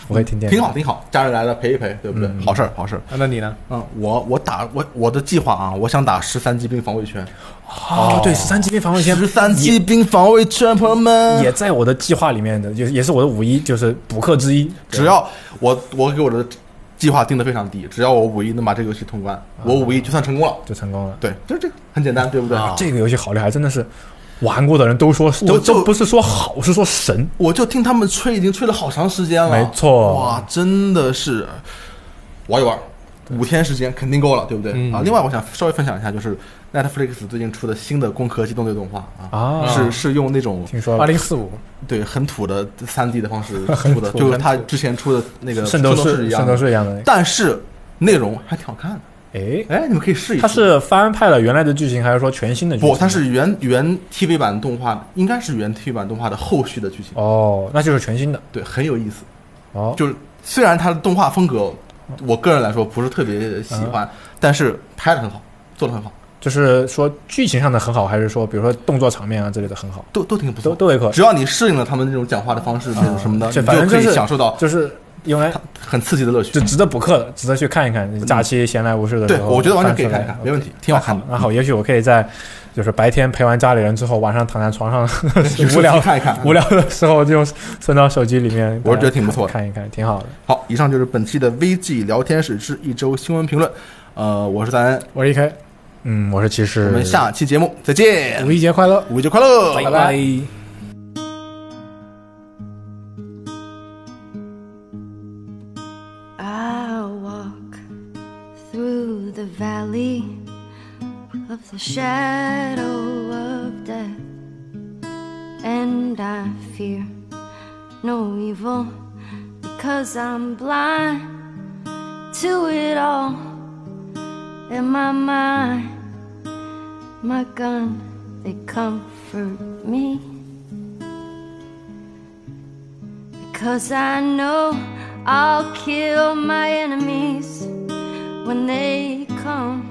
不会听电台，
挺好，挺好。家人来了陪一陪，对不对？
嗯
好事儿，好事儿。
啊那你呢？
嗯，我我打我我的计划啊，我想打十三级兵防卫圈，
哦，对，十三级兵防卫圈，
十三级兵防卫圈，朋友们，
也在我的计划里面的，也也是我的五一就是补课之一。
只要我我给我的计划定的非常低，只要我五一能把这个游戏通关，
啊
我五一就算成功了。
就成功了。
对，就是这个很简单，对不对？
啊
这个游戏好厉害，真的是玩过的人都说，
我
都
就
都不是说好，是说神。
我就听他们吹，已经吹了好长时间了。
没错
哇，真的是玩一玩，五天时间肯定够了，对不对？
嗯
啊，另外我想稍微分享一下，就是 Netflix 最近出的新的《攻壳机动队》动画啊。
啊
是是用那种
听说
二
了
零四五
对很土的三 D 的方式出的，
土
就跟
很
他之前出的那个
圣斗
士
士
一样
圣
的
斗，士一样的。
但是内容还挺好看的。
哎，
哎，你们可以试一试。
它是翻拍了原来的剧情，还是说全新的剧情？
不，它是原原 TV 版动画，应该是原 TV 版动画的后续的剧情，
哦，那就是全新的
对，很有意思。
哦。
就是虽然它的动画风格，我个人来说不是特别喜
嗯
欢，但是拍的很好，做的很好，
就是说剧情上的很好，还是说比如说动作场面啊之类的很好，
都都挺不
都
错。
都有可
只要你适应了他们那种讲话的方式，那种什么的，
这
你
反正
就可
就
以
是
享受到
就是用来
很刺激的乐趣
就。值得补课的，值得去看一看。假期闲来无事的时
对，
候，
我觉得完全可以
翻
看
出
一看，
来
没问题，挺好看的。
那好，也许我可以在就是白天陪完家里人之后，晚上躺在床 上无
手
聊
机看一看，
无。聊的时候，就存到手机里面，
我是觉得挺不错的
看一看，挺好的。
好，以上就是本期的 VG 聊天室之一周新闻评论。呃，我是咱，
我是 EK，
嗯，我是其实
我们下期节目再见
嗯
五，一节快乐。
五一节快乐，
拜拜
I'll walk through the valley of the shadow of death, and I fear no evil because I'm blind to it all. In my mind, my gun, they comfort me because I know I'll kill my enemies when they come.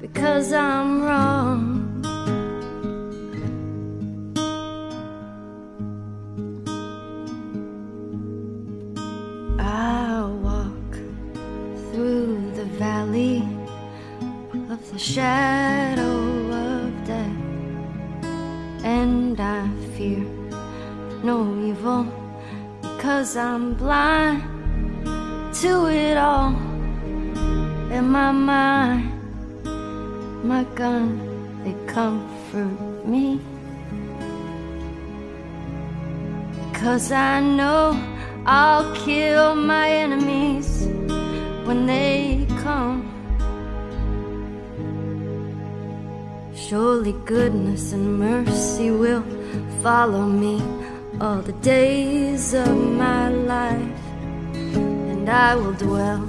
because I'm wrong. I walk through the valley of the shadow of death, and I fear no evil because I'm blind to it all. In my mind, my gun, they comfort me. Because I know I'll kill my enemies when they come. Surely goodness and mercy will follow me all the days of my life, and I will dwell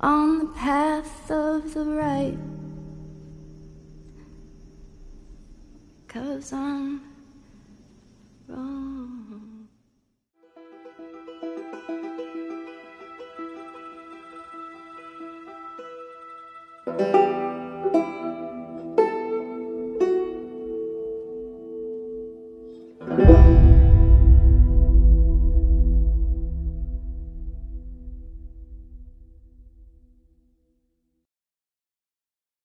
on the path of the right. Cause I'm